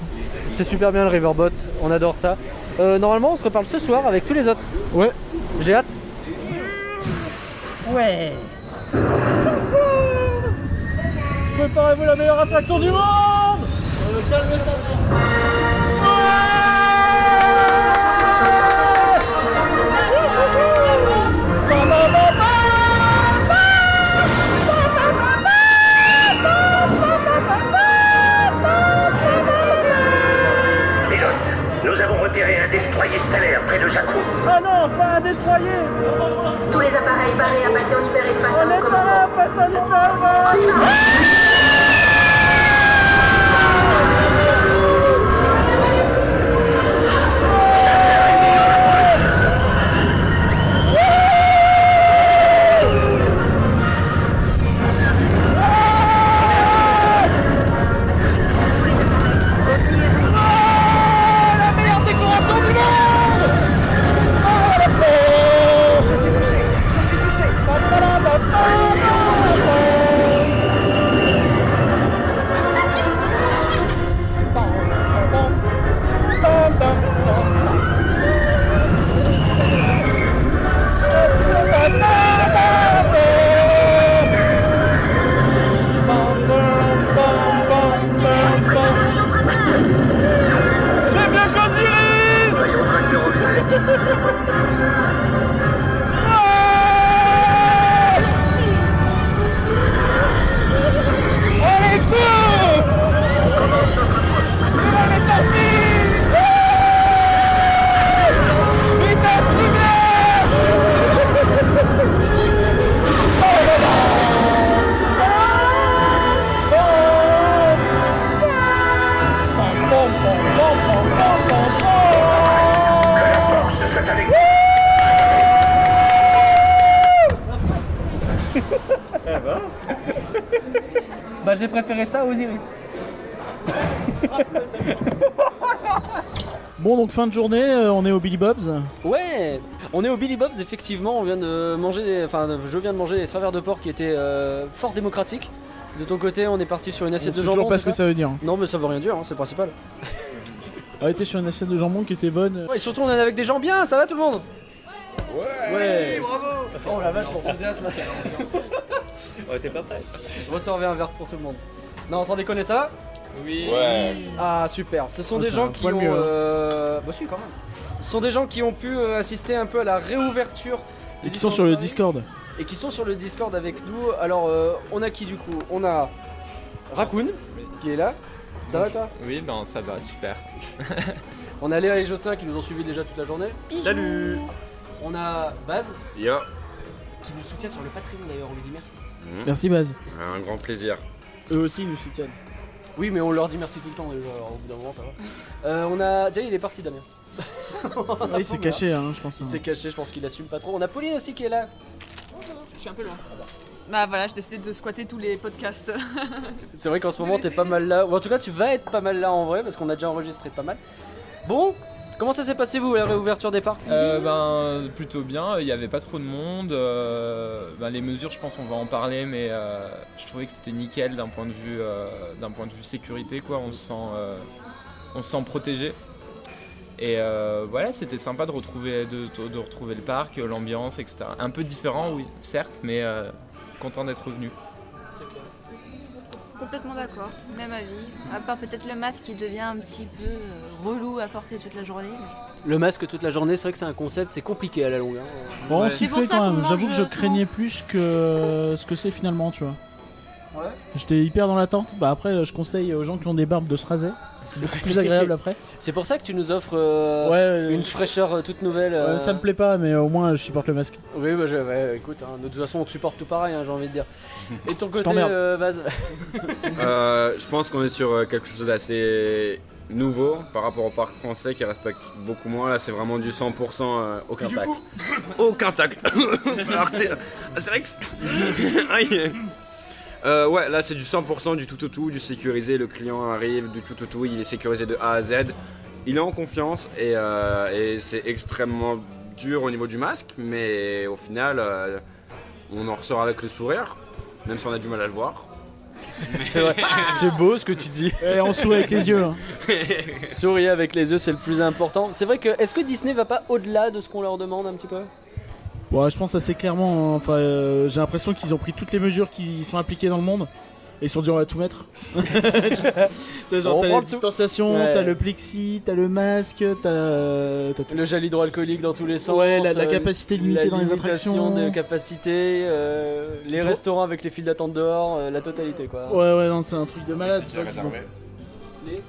C'est super bien le Riverbot, on adore ça. Euh, normalement, on se reparle ce soir avec tous les autres. Ouais. J'ai hâte. Ouais. Préparez-vous la meilleure attraction du monde Pilote, nous avons repéré un destroyer stellaire près de Jakku. Ah non, pas un destroyer Tous les appareils parés à passer en hein, hyperespace. On est pas là, passe en hyperespace Bah j'ai préféré ça à Osiris. Bon, donc fin de journée, euh, on est au Billy Bob's. Ouais On est au Billy Bob's effectivement, on vient de manger des- Enfin je viens de manger des travers de porc qui étaient euh, fort démocratiques. De ton côté on est parti sur une C'est assiette de jambon. toujours pas c'est ce que ça veut dire. Non mais ça veut rien dire, hein, c'est le principal. On était sur une assiette de jambon qui était bonne. Ouais, et surtout on est avec des gens bien, ça va tout le monde Ouais, bravo Oh la vache, on faisait ce matin. *laughs* Ouais, t'es pas prêt Resservez un verre pour tout le monde. Non, sans déconner, ça va Oui. Ouais. Ah super, ce sont Ah, des c'est gens un qui poil ont... mieux, hein. euh, Bah si quand même. Ce sont des gens qui ont pu euh, assister un peu à la réouverture Et des qui sont Disneyland sur le Paris. Discord. et qui sont sur le Discord avec nous. Alors, euh, on a qui du coup On a Raccoon qui est là. Ça va toi Oui, ben ça va, super. On a Léa et Jocelyn qui nous ont suivis déjà toute la journée. Salut On a Baz Yo. qui nous soutient sur le Patreon d'ailleurs, on lui dit merci. Merci, Baz. Un grand plaisir. Eux aussi, ils nous soutiennent. Oui, mais on leur dit merci tout le temps déjà, alors au bout d'un moment ça va. Euh, on a. Déjà, il est parti *laughs* Damien. il s'est caché, hein, je pense, hein. Il s'est caché, je pense qu'il assume pas trop. On a Pauline aussi qui est là. Je suis un peu loin. Bah voilà, je décidé de squatter tous les podcasts. *laughs* C'est vrai qu'en ce moment t'es pas mal là, ou en tout cas tu vas être pas mal là en vrai parce qu'on a déjà enregistré pas mal. Bon, comment ça s'est passé vous la réouverture des parcs Euh, ben plutôt bien, il n'y avait pas trop de monde. euh, ben, les mesures, je pense, on va en parler, mais euh, je trouvais que c'était nickel d'un point de vue, euh, d'un point de vue sécurité, quoi. On se sent, euh, on se sent protégé. Et euh, voilà, c'était sympa de retrouver, de, de retrouver le parc, l'ambiance, etc. Un peu différent, oui, certes, mais euh, content d'être revenu. Complètement d'accord, même avis. À part peut-être le masque qui devient un petit peu euh, relou à porter toute la journée. mais- Le masque toute la journée, c'est vrai que c'est un concept, c'est compliqué à la longue. hein. Bon, on Ouais. s'y fait quand même. J'avoue que euh, je craignais plus que ce que c'est finalement, tu vois. Ouais. J'étais hyper dans l'attente. Bah, après, je conseille aux gens qui ont des barbes de se raser. C'est beaucoup plus *laughs* agréable après. C'est pour ça que tu nous offres euh, une fraîcheur euh, toute nouvelle. euh. Ouais, ça me plaît pas, mais au moins, je supporte le masque. Oui, bah, je- ouais, écoute, hein, de toute façon on te supporte tout pareil, hein, j'ai envie de dire. Et de ton côté, t'emmerde. euh, Baz Euh, je pense qu'on est sur euh, quelque chose d'assez nouveau par rapport au parc français qui respecte beaucoup moins. Là, c'est vraiment du 100% euh, aucun du tac. fou. Aucun tac. Arte- euh, Astérix. Aïe. Euh, ouais, là c'est du 100% du tout au tout, du sécurisé, le client arrive, du tout au tout, il est sécurisé de A à Z, il est en confiance et, euh, et c'est extrêmement dur au niveau du masque, mais au final euh, on en ressort avec le sourire, même si on a du mal à le voir. C'est vrai. C'est beau ce que tu dis. Et on sourit avec les yeux, *laughs* hein. Souriez avec les yeux, c'est le plus important. C'est vrai que est-ce que Disney va pas au-delà de ce qu'on leur demande un petit peu Ouais, je pense assez clairement. hein. Enfin, euh, j'ai l'impression qu'ils ont pris toutes les mesures qui sont appliquées dans le monde. Et ils se sont dit on va tout mettre. *laughs* Tu vois, genre, On t'as prend la tout. distanciation, Ouais. t'as le plexi, t'as le masque, t'as. euh, t'as tout. Le gel hydroalcoolique dans tous les sens. Ouais, la- la euh, capacité limitée la dans les limitation attractions. des capacités, euh, les Ils ont- restaurants avec les files d'attente dehors, euh, la totalité quoi. Ouais, ouais, non, c'est un truc de malade. Les c'est vrai tickets qu'ils ont- réservés.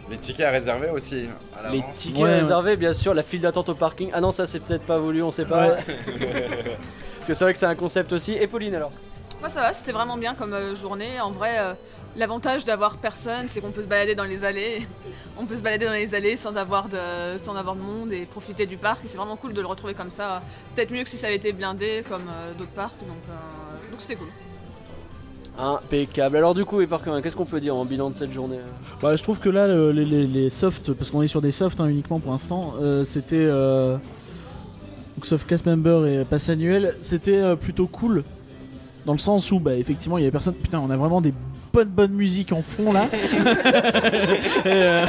Les tickets à réserver aussi. à Les l'avance. tickets réservés, bien sûr, la file d'attente au parking. Ah non, ça c'est peut-être pas voulu, on sait pas. Ouais. *laughs* Parce que c'est vrai que c'est un concept aussi. Et Pauline alors Moi ça va, c'était vraiment bien comme euh, journée. En vrai, euh, l'avantage d'avoir personne, c'est qu'on peut se balader dans les allées. *laughs* On peut se balader dans les allées sans avoir de, sans avoir de monde et profiter du parc. Et c'est vraiment cool de le retrouver comme ça. Peut-être mieux que si ça avait été blindé comme euh, d'autres parcs. Donc euh, donc c'était cool. Impeccable. Alors du coup, et par contre, qu'est-ce qu'on peut dire en bilan de cette journée euh Bah, je trouve que là, le- les, les- les softs, parce qu'on est sur des softs hein, uniquement pour l'instant, euh, c'était. euh, donc, sauf cast member et pass annuel, c'était euh, plutôt cool. Dans le sens où, bah, effectivement, il y avait personne. Putain, on a vraiment des bonnes, bonnes musiques en fond là. *laughs* Et, euh,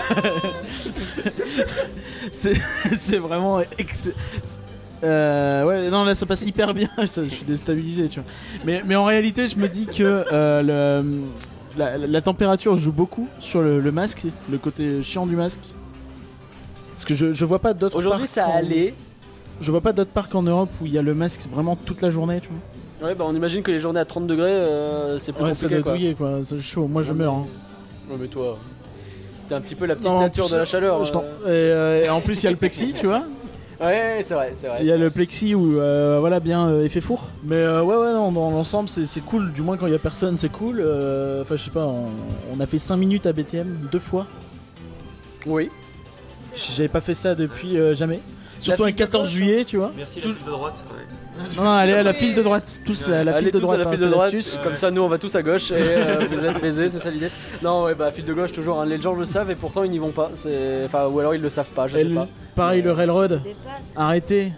*laughs* c'est c'est vraiment. ex- euh, ouais, non, là ça passe hyper bien, *laughs* je, je suis déstabilisé, tu vois. Mais, mais en réalité, je me dis que euh, le- la, la température joue beaucoup sur le, le masque, le côté chiant du masque. Parce que je, je vois pas d'autres Aujourd'hui, parcs ça en- allait. Je vois pas d'autres parcs en Europe où il y a le masque vraiment toute la journée, tu vois. Ouais, bah on imagine que les journées à 30 degrés, euh, c'est plus Ouais, ça compliqué doit quoi. douiller, quoi, c'est chaud, moi je meurs. hein. Ouais, mais toi, t'es un petit peu la petite Non, en nature plus, de la chaleur. je euh. t'en- et, euh, et en plus, il y a le plexi, tu vois. *laughs* Ouais, c'est vrai, c'est vrai. Il y a c'est le plexi où euh, voilà bien euh, effet four. Mais euh, ouais ouais non, dans l'ensemble c'est c'est cool, du moins quand il y a personne c'est cool. Euh, Enfin je sais pas, on, on a fait 5 minutes à BTM deux fois. Oui. J'avais pas fait ça depuis euh, jamais. Surtout La un file de 14 juillet tu vois. Merci, la file de droite. Non, non, allez à la file de droite, tous à la Allez file de tous à droite. la hein, file c'est de droite, l'astuce. comme ça nous on va tous à gauche et euh, *laughs* vous êtes baisés, c'est ça l'idée. Non, ouais, bah file de gauche toujours, hein. les gens le savent et pourtant ils n'y vont pas. C'est- Enfin, ou alors ils le savent pas, je Et sais le- pas. Pareil le railroad. Arrêtez.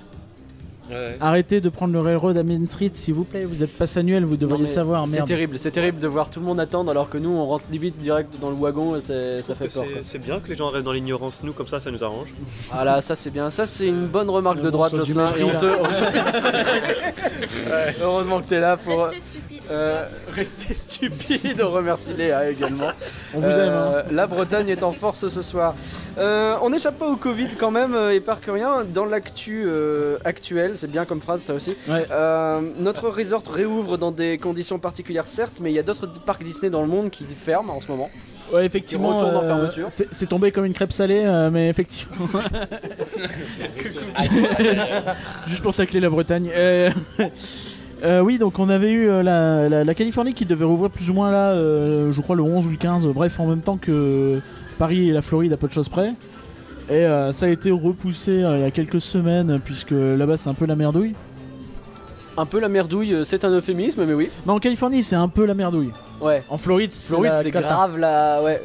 Ouais. Arrêtez de prendre le railroad à Main Street s'il vous plaît, vous êtes passe annuel, vous devriez Non, mais savoir C'est merde. terrible, c'est terrible de voir tout le monde attendre alors que nous on rentre limite direct dans le wagon et c'est- ça fait peur. quoi. C'est- C'est bien que les gens restent dans l'ignorance, nous, comme ça, ça nous arrange. Voilà, ça c'est bien. Ça c'est une bonne remarque de bon, droite, sur du Jocelyn. mépris, Et on là. te. *laughs* Ouais, Heureusement que t'es là pour. Restez stupide. Euh, restez stupide. On remercie Léa également. Euh, On vous aime, La Bretagne est en force ce soir. Euh, on n'échappe pas au Covid quand même euh, et par que rien. Dans l'actu euh, actuelle, c'est bien comme phrase ça aussi. Euh, notre resort réouvre dans des conditions particulières certes, mais il y a d'autres parcs Disney dans le monde qui ferment en ce moment. Ouais, effectivement, Qui retourne en euh, fermeture. c'est c'est tombé comme une crêpe salée, euh, mais effectivement. *laughs* Juste pour tacler la Bretagne. Euh, *laughs* euh, oui, donc on avait eu euh, la, la- la Californie qui devait rouvrir plus ou moins là, euh, je crois le 11 ou le 15, euh, bref, en même temps que Paris et la Floride à peu de choses près. Et euh, ça a été repoussé euh, il y a quelques semaines, puisque là-bas c'est un peu la merdouille. Un peu la merdouille, euh, c'est un euphémisme, mais oui. Mais en Californie c'est un peu la merdouille. Ouais. En Floride, c'est Floride, la c'est cata. grave là, ouais.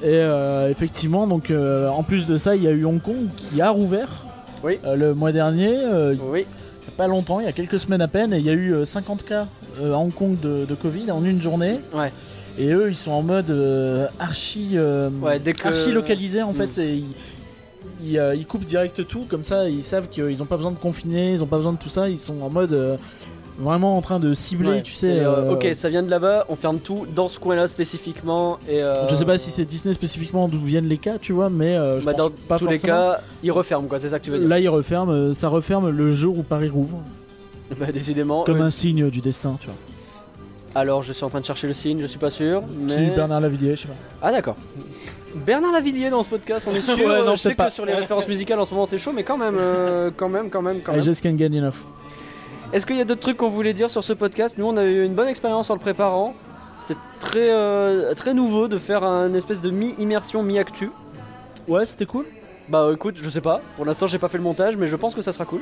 Et euh, effectivement, donc euh, en plus de ça, il y a eu Hong Kong qui a rouvert euh, le mois dernier. euh, Il n'y a pas longtemps, il y a quelques semaines à peine, et il y a eu euh, 50 cas euh, à Hong Kong de, de Covid en une journée. Et eux, ils sont en mode euh, archi, euh, Ouais, dès que- archi localisé en fait. Mm. et ils, ils, euh, ils coupent direct tout, comme ça, ils savent qu'ils n'ont pas besoin de confiner, ils n'ont pas besoin de tout ça. Ils sont en mode euh, vraiment en train de cibler, Ouais. tu sais. Et, euh, euh, ok, ça vient de là-bas, on ferme tout dans ce coin-là spécifiquement. Et, euh, Je sais pas si c'est Disney spécifiquement d'où viennent les cas, tu vois, mais euh, je bah, pense dans pas tous forcément. les cas, ils referment quoi, c'est ça que tu veux dire Là, il referme, euh, ça referme le jour où Paris rouvre, Bah, décidément. comme eux- un signe du destin, tu vois. Alors, je suis en train de chercher le signe, je suis pas sûr. Mais... Si Bernard Lavillier, je sais pas. Ah, d'accord. Bernard Lavillier dans ce podcast, on est sûr. *laughs* Ouais, euh, non, je je sais sais pas. que sur les références musicales en ce moment c'est chaud, mais quand même, euh, quand même, quand même, quand I même. just can't get enough. Est-ce qu'il y a d'autres trucs qu'on voulait dire sur ce podcast Nous, on a eu une bonne expérience en le préparant. C'était très, euh, très nouveau de faire un espèce de mi-immersion, mi-actu. Ouais, c'était cool. Bah euh, écoute, je sais pas. Pour l'instant, j'ai pas fait le montage, mais je pense que ça sera cool.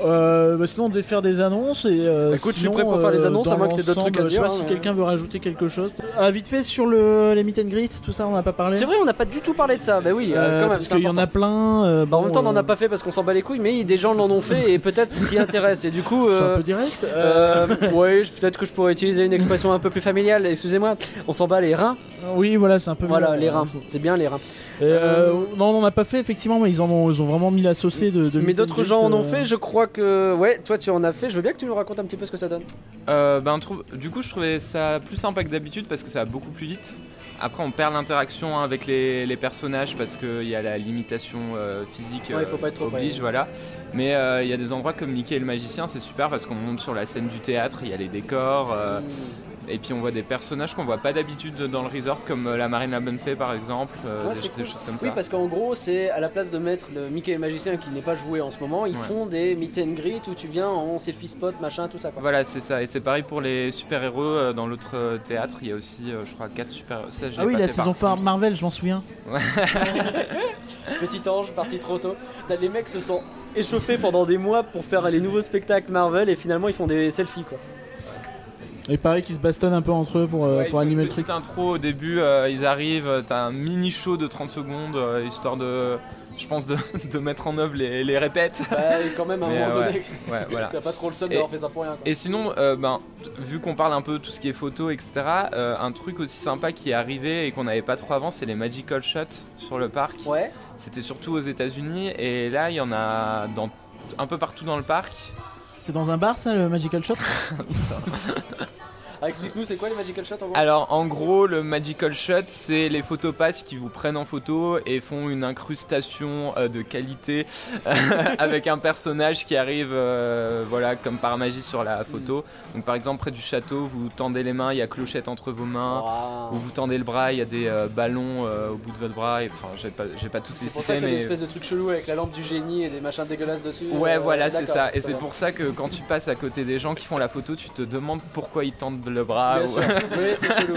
Euh, bah, sinon, on devait faire des annonces et. euh, Bah, écoute, je suis sinon, prêt pour faire les euh, annonces, à dans moins que t'aies d'autres l'ensemble, trucs à Je sais dire, pas si hein. quelqu'un veut rajouter quelque chose. Ah, vite fait sur le, les meet and greet, tout ça, on n'a pas parlé. C'est vrai, on n'a pas du tout parlé de ça. Bah oui, euh, Euh, quand même. parce c'est qu'il y en a important. plein. euh, Bah, en bon, même temps, on n'en euh, a pas fait parce qu'on s'en bat les couilles, mais des gens l'en ont fait et peut-être s'y intéressent. Et du coup. C'est un euh, peu direct, euh, ouais, je- peut-être que je pourrais utiliser une expression un peu plus familiale. Excusez-moi, on s'en bat les reins. Oui, voilà, c'est un peu. Voilà, violent, les hein, reins. c'est- C'est bien les reins. Euh, Non, on n'en a pas fait effectivement, mais ils en ont, ils ont vraiment mis la saucée de. de Mais meet and d'autres greet, gens en ont euh, fait, je crois que. Ouais, toi tu en as fait, je veux bien que tu nous racontes un petit peu ce que ça donne. Euh, ben, trouve- du coup, je trouvais ça plus sympa que d'habitude parce que ça va beaucoup plus vite. Après, on perd l'interaction avec les, les personnages parce qu'il y a la limitation euh, physique Ouais, il faut pas être trop, oblige, ouais. voilà. Mais euh, il y a des endroits comme Mickey et le magicien, c'est super parce qu'on monte sur la scène du théâtre, il y a les décors. euh, Mm. Et puis on voit des personnages qu'on voit pas d'habitude dans le resort, comme euh, la marine la bonne fée par exemple, euh, Ouais, des, c'est des cool. choses comme ça. Oui, parce qu'en gros, c'est à la place de mettre le Mickey le magicien qui n'est pas joué en ce moment, ils Ouais. font des meet and greet où tu viens en selfie spot, machin, tout ça. Quoi. Voilà, c'est ça. Et c'est pareil pour les super-héros. euh, Dans l'autre euh, théâtre, il y a aussi, euh, je crois, 4 super-héros. Ça, je l'ai Ah oui, pas la fait par saison phare Marvel, je m'en souviens. Petit ange parti trop tôt. T'as les mecs se sont échauffés pendant des mois pour faire les nouveaux spectacles Marvel et finalement ils font des selfies quoi. Et pareil, qu'ils se bastonnent un peu entre eux pour, euh, Ouais, pour ils font animer une le truc. petite intro au début, euh, ils arrivent, euh, t'as un mini show de 30 secondes, euh, histoire de, je pense, de, *laughs* de mettre en œuvre les, les répètes. *laughs* Bah, et quand même, à un Mais, moment *laughs* euh, donné, ouais, ouais, voilà. t'as pas trop le seum Et- d'avoir fait ça pour rien, quoi. Et sinon, euh, ben, vu qu'on parle un peu de tout ce qui est photo, etc., euh, un truc aussi sympa qui est arrivé et qu'on n'avait pas trop avant, c'est les magical shots sur le parc. Ouais. C'était surtout aux États-Unis et là, il y en a dans, un peu partout dans le parc. C'est dans un bar ça, le Magical Shop Ah, explique-nous, c'est quoi les Magical Shots en gros Alors en gros le magical shot c'est les photopasses qui vous prennent en photo et font une incrustation euh, de qualité *laughs* avec un personnage qui arrive euh, voilà comme par magie sur la photo. Donc par exemple près du château vous tendez les mains, il y a clochette entre vos mains, Waouh. ou vous tendez le bras, il y a des euh, ballons euh, au bout de votre bras, et enfin j'ai pas, j'ai pas tous les C'est pour ça cités, qu'il y a mais... des espèces de trucs chelous avec la lampe du génie et des machins dégueulasses dessus. Ouais, euh, voilà, ouais, c'est d'accord, ça. Et très c'est bien. pour ça que quand tu passes à côté des gens qui font la photo, tu te demandes pourquoi ils tendent le bras. Bien ou- sûr. Oui, c'est chelou.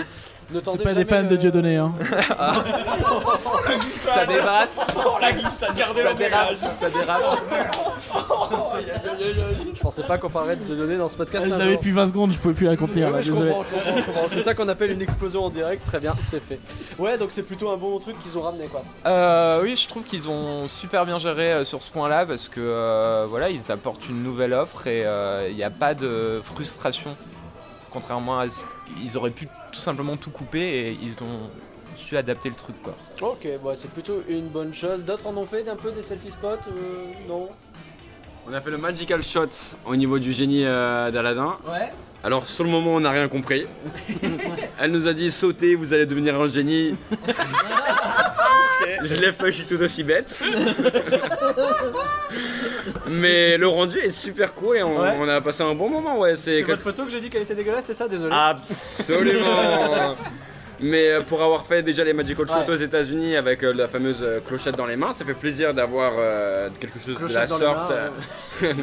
Ne tendez C'est pas des jamais fans de le- Dieudonné, hein. Ah. ça *laughs* dépasse. la glissade, gardez ça dérape, ça dérape. Je pensais pas qu'on parlerait de Dieudonné dans ce podcast. Je un l'avais jour. depuis 20 secondes, je pouvais plus la contenir. Oui, là, oui, je désolé. comprends, je comprends, je comprends. C'est ça qu'on appelle une explosion en direct. Très bien, c'est fait. Ouais, donc c'est plutôt un bon truc qu'ils ont ramené quoi. Euh, oui, je trouve qu'ils ont super bien géré euh, sur ce point-là parce que euh, voilà, ils apportent une nouvelle offre et euh, il n'y a pas de frustration. Contrairement à ce qu'ils auraient pu tout simplement tout couper et ils ont su adapter le truc quoi. Ok, bah c'est plutôt une bonne chose. D'autres en ont fait d'un peu des selfie spots euh, Non. On a fait le Magical Shots au niveau du génie euh, d'Aladin. Ouais. Alors sur le moment on n'a rien *laughs* compris. Elle nous a dit sautez, vous allez devenir un *laughs* génie. je l'ai fait, je suis tout aussi bête. Mais le rendu est super cool et on, Ouais. on a passé un bon moment. Ouais, c'est C'est votre photo que j'ai dit qu'elle était dégueulasse, c'est ça Désolé. Absolument. Mais euh, pour avoir fait déjà les Magical Shots Ouais. aux États-Unis avec euh, la fameuse euh, clochette dans les mains, ça fait plaisir d'avoir euh, quelque chose de Clochette la dans les sorte, mains, euh,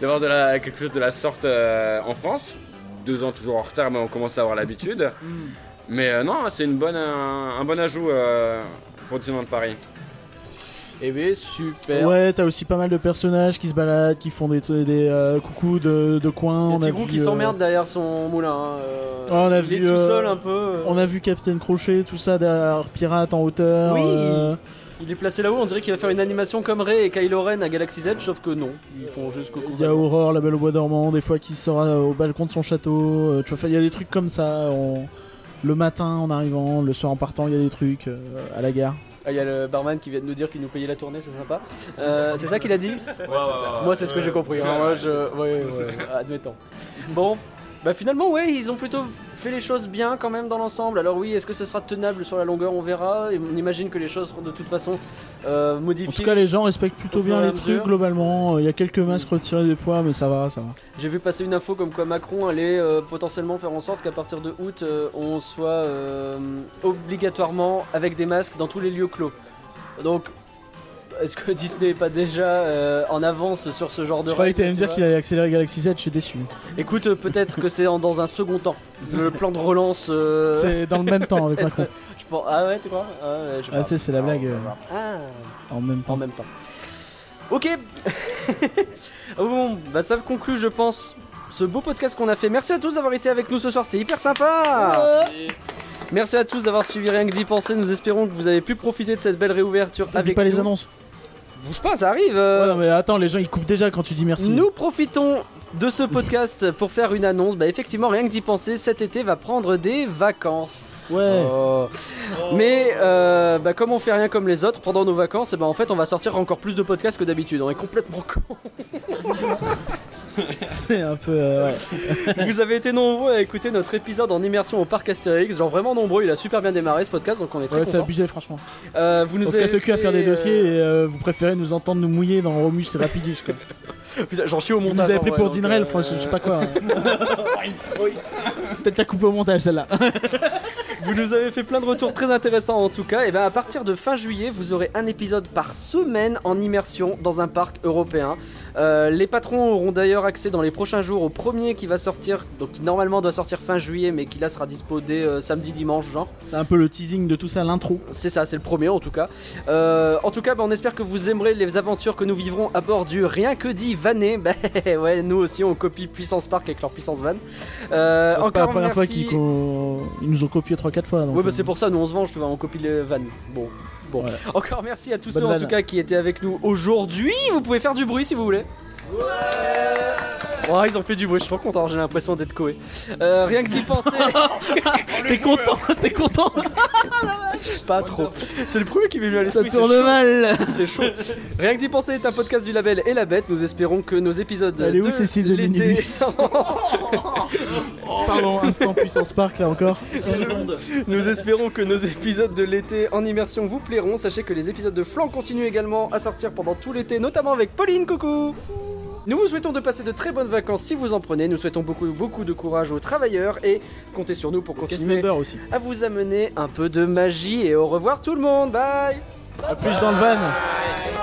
d'avoir de la- quelque chose de la sorte euh, en France. Deux ans toujours en retard, mais on commence à avoir *laughs* l'habitude. Mm. Mais euh, non, c'est une bonne, euh, un bon ajout euh, pour Disneyland Paris. Eh bien, super. Ouais, t'as aussi pas mal de personnages qui se baladent, qui font des, des euh, coucous de, de Il coin. y on a a Tigrou vu, qui euh, s'emmerde derrière son moulin. hein, euh, ouais, on a il vu, est tout euh, seul un peu. euh. On a vu Capitaine Crochet, tout ça derrière Pirate en hauteur. Oui. euh, Il est placé là-haut, on dirait qu'il va faire une animation comme Ray et Kylo Ren à Galaxy's Edge, sauf que non. Ils font juste coucou. Il y a Aurore, la belle au bois dormant, des fois qui sort euh, au balcon de son château. euh, tu vois, il y a des trucs comme ça. on- Le matin en arrivant, le soir en partant, il y a des trucs euh, à la gare. Ah, il y a le barman qui vient de nous dire qu'il nous payait la tournée, c'est sympa. Euh, c'est ça qu'il a dit ça. Moi, c'est ce que j'ai compris. hein. Ouais. Moi, je... ouais, ouais, *laughs* admettons. Bon, bah finalement, ouais, ils ont plutôt fait les choses bien quand même dans l'ensemble. Alors oui, est-ce que ce sera tenable sur la longueur On verra. Et on imagine que les choses seront de toute façon euh, modifiées. En tout cas, les gens respectent plutôt Au fur bien et à les trucs mesure. globalement. Euh, Il y a quelques masques retirés des fois, mais ça va, ça va. J'ai vu passer une info comme quoi Macron allait euh, potentiellement faire en sorte qu'à partir de août, euh, on soit euh, obligatoirement avec des masques dans tous les lieux clos. Donc, est-ce que *laughs* Disney est pas déjà euh, en avance sur ce genre de Je croyais que règles, t'allais me tu dire vois qu'il allait accélérer Galaxy Z, je suis déçu. Écoute, euh, peut-être que c'est en- dans un second temps. Le plan de relance. euh, C'est dans le même *laughs* temps avec peut-être. Macron. Je pense... Ah ouais, tu crois Ah, ouais, je sais Ah, pas. c'est c'est la blague. euh, Ah. En même temps. En même temps. Ok. *laughs* bon, bah ça conclut, je pense, ce beau podcast qu'on a fait. Merci à tous d'avoir été avec nous ce soir, c'était hyper sympa. Merci à tous d'avoir suivi Rien que d'y penser. Nous espérons que vous avez pu profiter de cette belle réouverture avec pas nous. les annonces. Bouge pas, ça arrive. euh. Ouais, non, mais attends, les gens ils coupent déjà quand tu dis merci. Nous profitons de ce podcast pour faire une annonce. Bah effectivement, rien que d'y penser, cet été va prendre des vacances. Oh. Ouais. Mais euh, bah, comme on fait rien comme les autres pendant nos vacances, eh ben en fait on va sortir encore plus de podcasts que d'habitude. On est complètement con. *laughs* C'est un peu. euh, ouais. *laughs* Vous avez été nombreux à écouter notre épisode en immersion au parc Astérix, genre vraiment nombreux. Il a super bien démarré ce podcast, donc on est très Ouais, c'est content. abusé, franchement. vous nous On se casse avez le cul à faire des fait, euh, dossiers et euh, vous préférez nous entendre nous mouiller dans Romus et Rapidus quoi. Putain, J'en suis au Vous montage. nous avez en pris vrai, pour donc, Dinrel, euh, franchement, je sais pas quoi. hein. Peut-être la coupe au montage celle-là. Vous nous avez fait plein de retours très intéressants en tout cas. Et bien à partir de fin juillet, vous aurez un épisode par semaine en immersion dans un parc européen. Euh, les patrons auront d'ailleurs accès dans les prochains jours au premier qui va sortir, donc qui normalement doit sortir fin juillet, mais qui là sera dispo dès euh, samedi dimanche genre. C'est un peu le teasing de tout ça, l'intro. C'est ça, c'est le premier en tout cas. Euh, en tout cas, bah, on espère que vous aimerez les aventures que nous vivrons à bord du Rien que dit *laughs* Vanet. Bah ouais, nous aussi on copie Puissance Park avec leur puissance van. Euh, C'est pas la première fois merci. qu'ils co- ils nous ont copié 3-4 fois. donc, Ouais, bah euh, c'est pour ça, nous on se venge, tu vois, on copie les vannes. Bon, bon. Voilà. Encore merci à tous Bonne ceux en vanne. tout cas qui étaient avec nous aujourd'hui. Vous pouvez faire du bruit si vous voulez. Ouais, ils ont fait du bruit, je suis trop content, j'ai l'impression d'être coé. Euh, rien que d'y penser. *laughs* t'es content, t'es content Pas trop. C'est le premier qui m'est venu à l'esprit. tourne c'est chaud. mal. *laughs* C'est chaud. Rien que d'y penser est un podcast du label Et la Bête. Nous espérons que nos épisodes Elle est où, de Cécile de l'été. *laughs* Minibus Pardon, instant puissance park là encore. Nous espérons que nos épisodes de l'été en immersion vous plairont. Sachez que les épisodes de flanc continuent également à sortir pendant tout l'été, notamment avec Pauline Coucou. Nous vous souhaitons de passer de très bonnes vacances si vous en prenez. Nous souhaitons beaucoup beaucoup de courage aux travailleurs et comptez sur nous pour continuer à vous amener un peu de magie. Et au revoir tout le monde. Bye. À plus dans le van.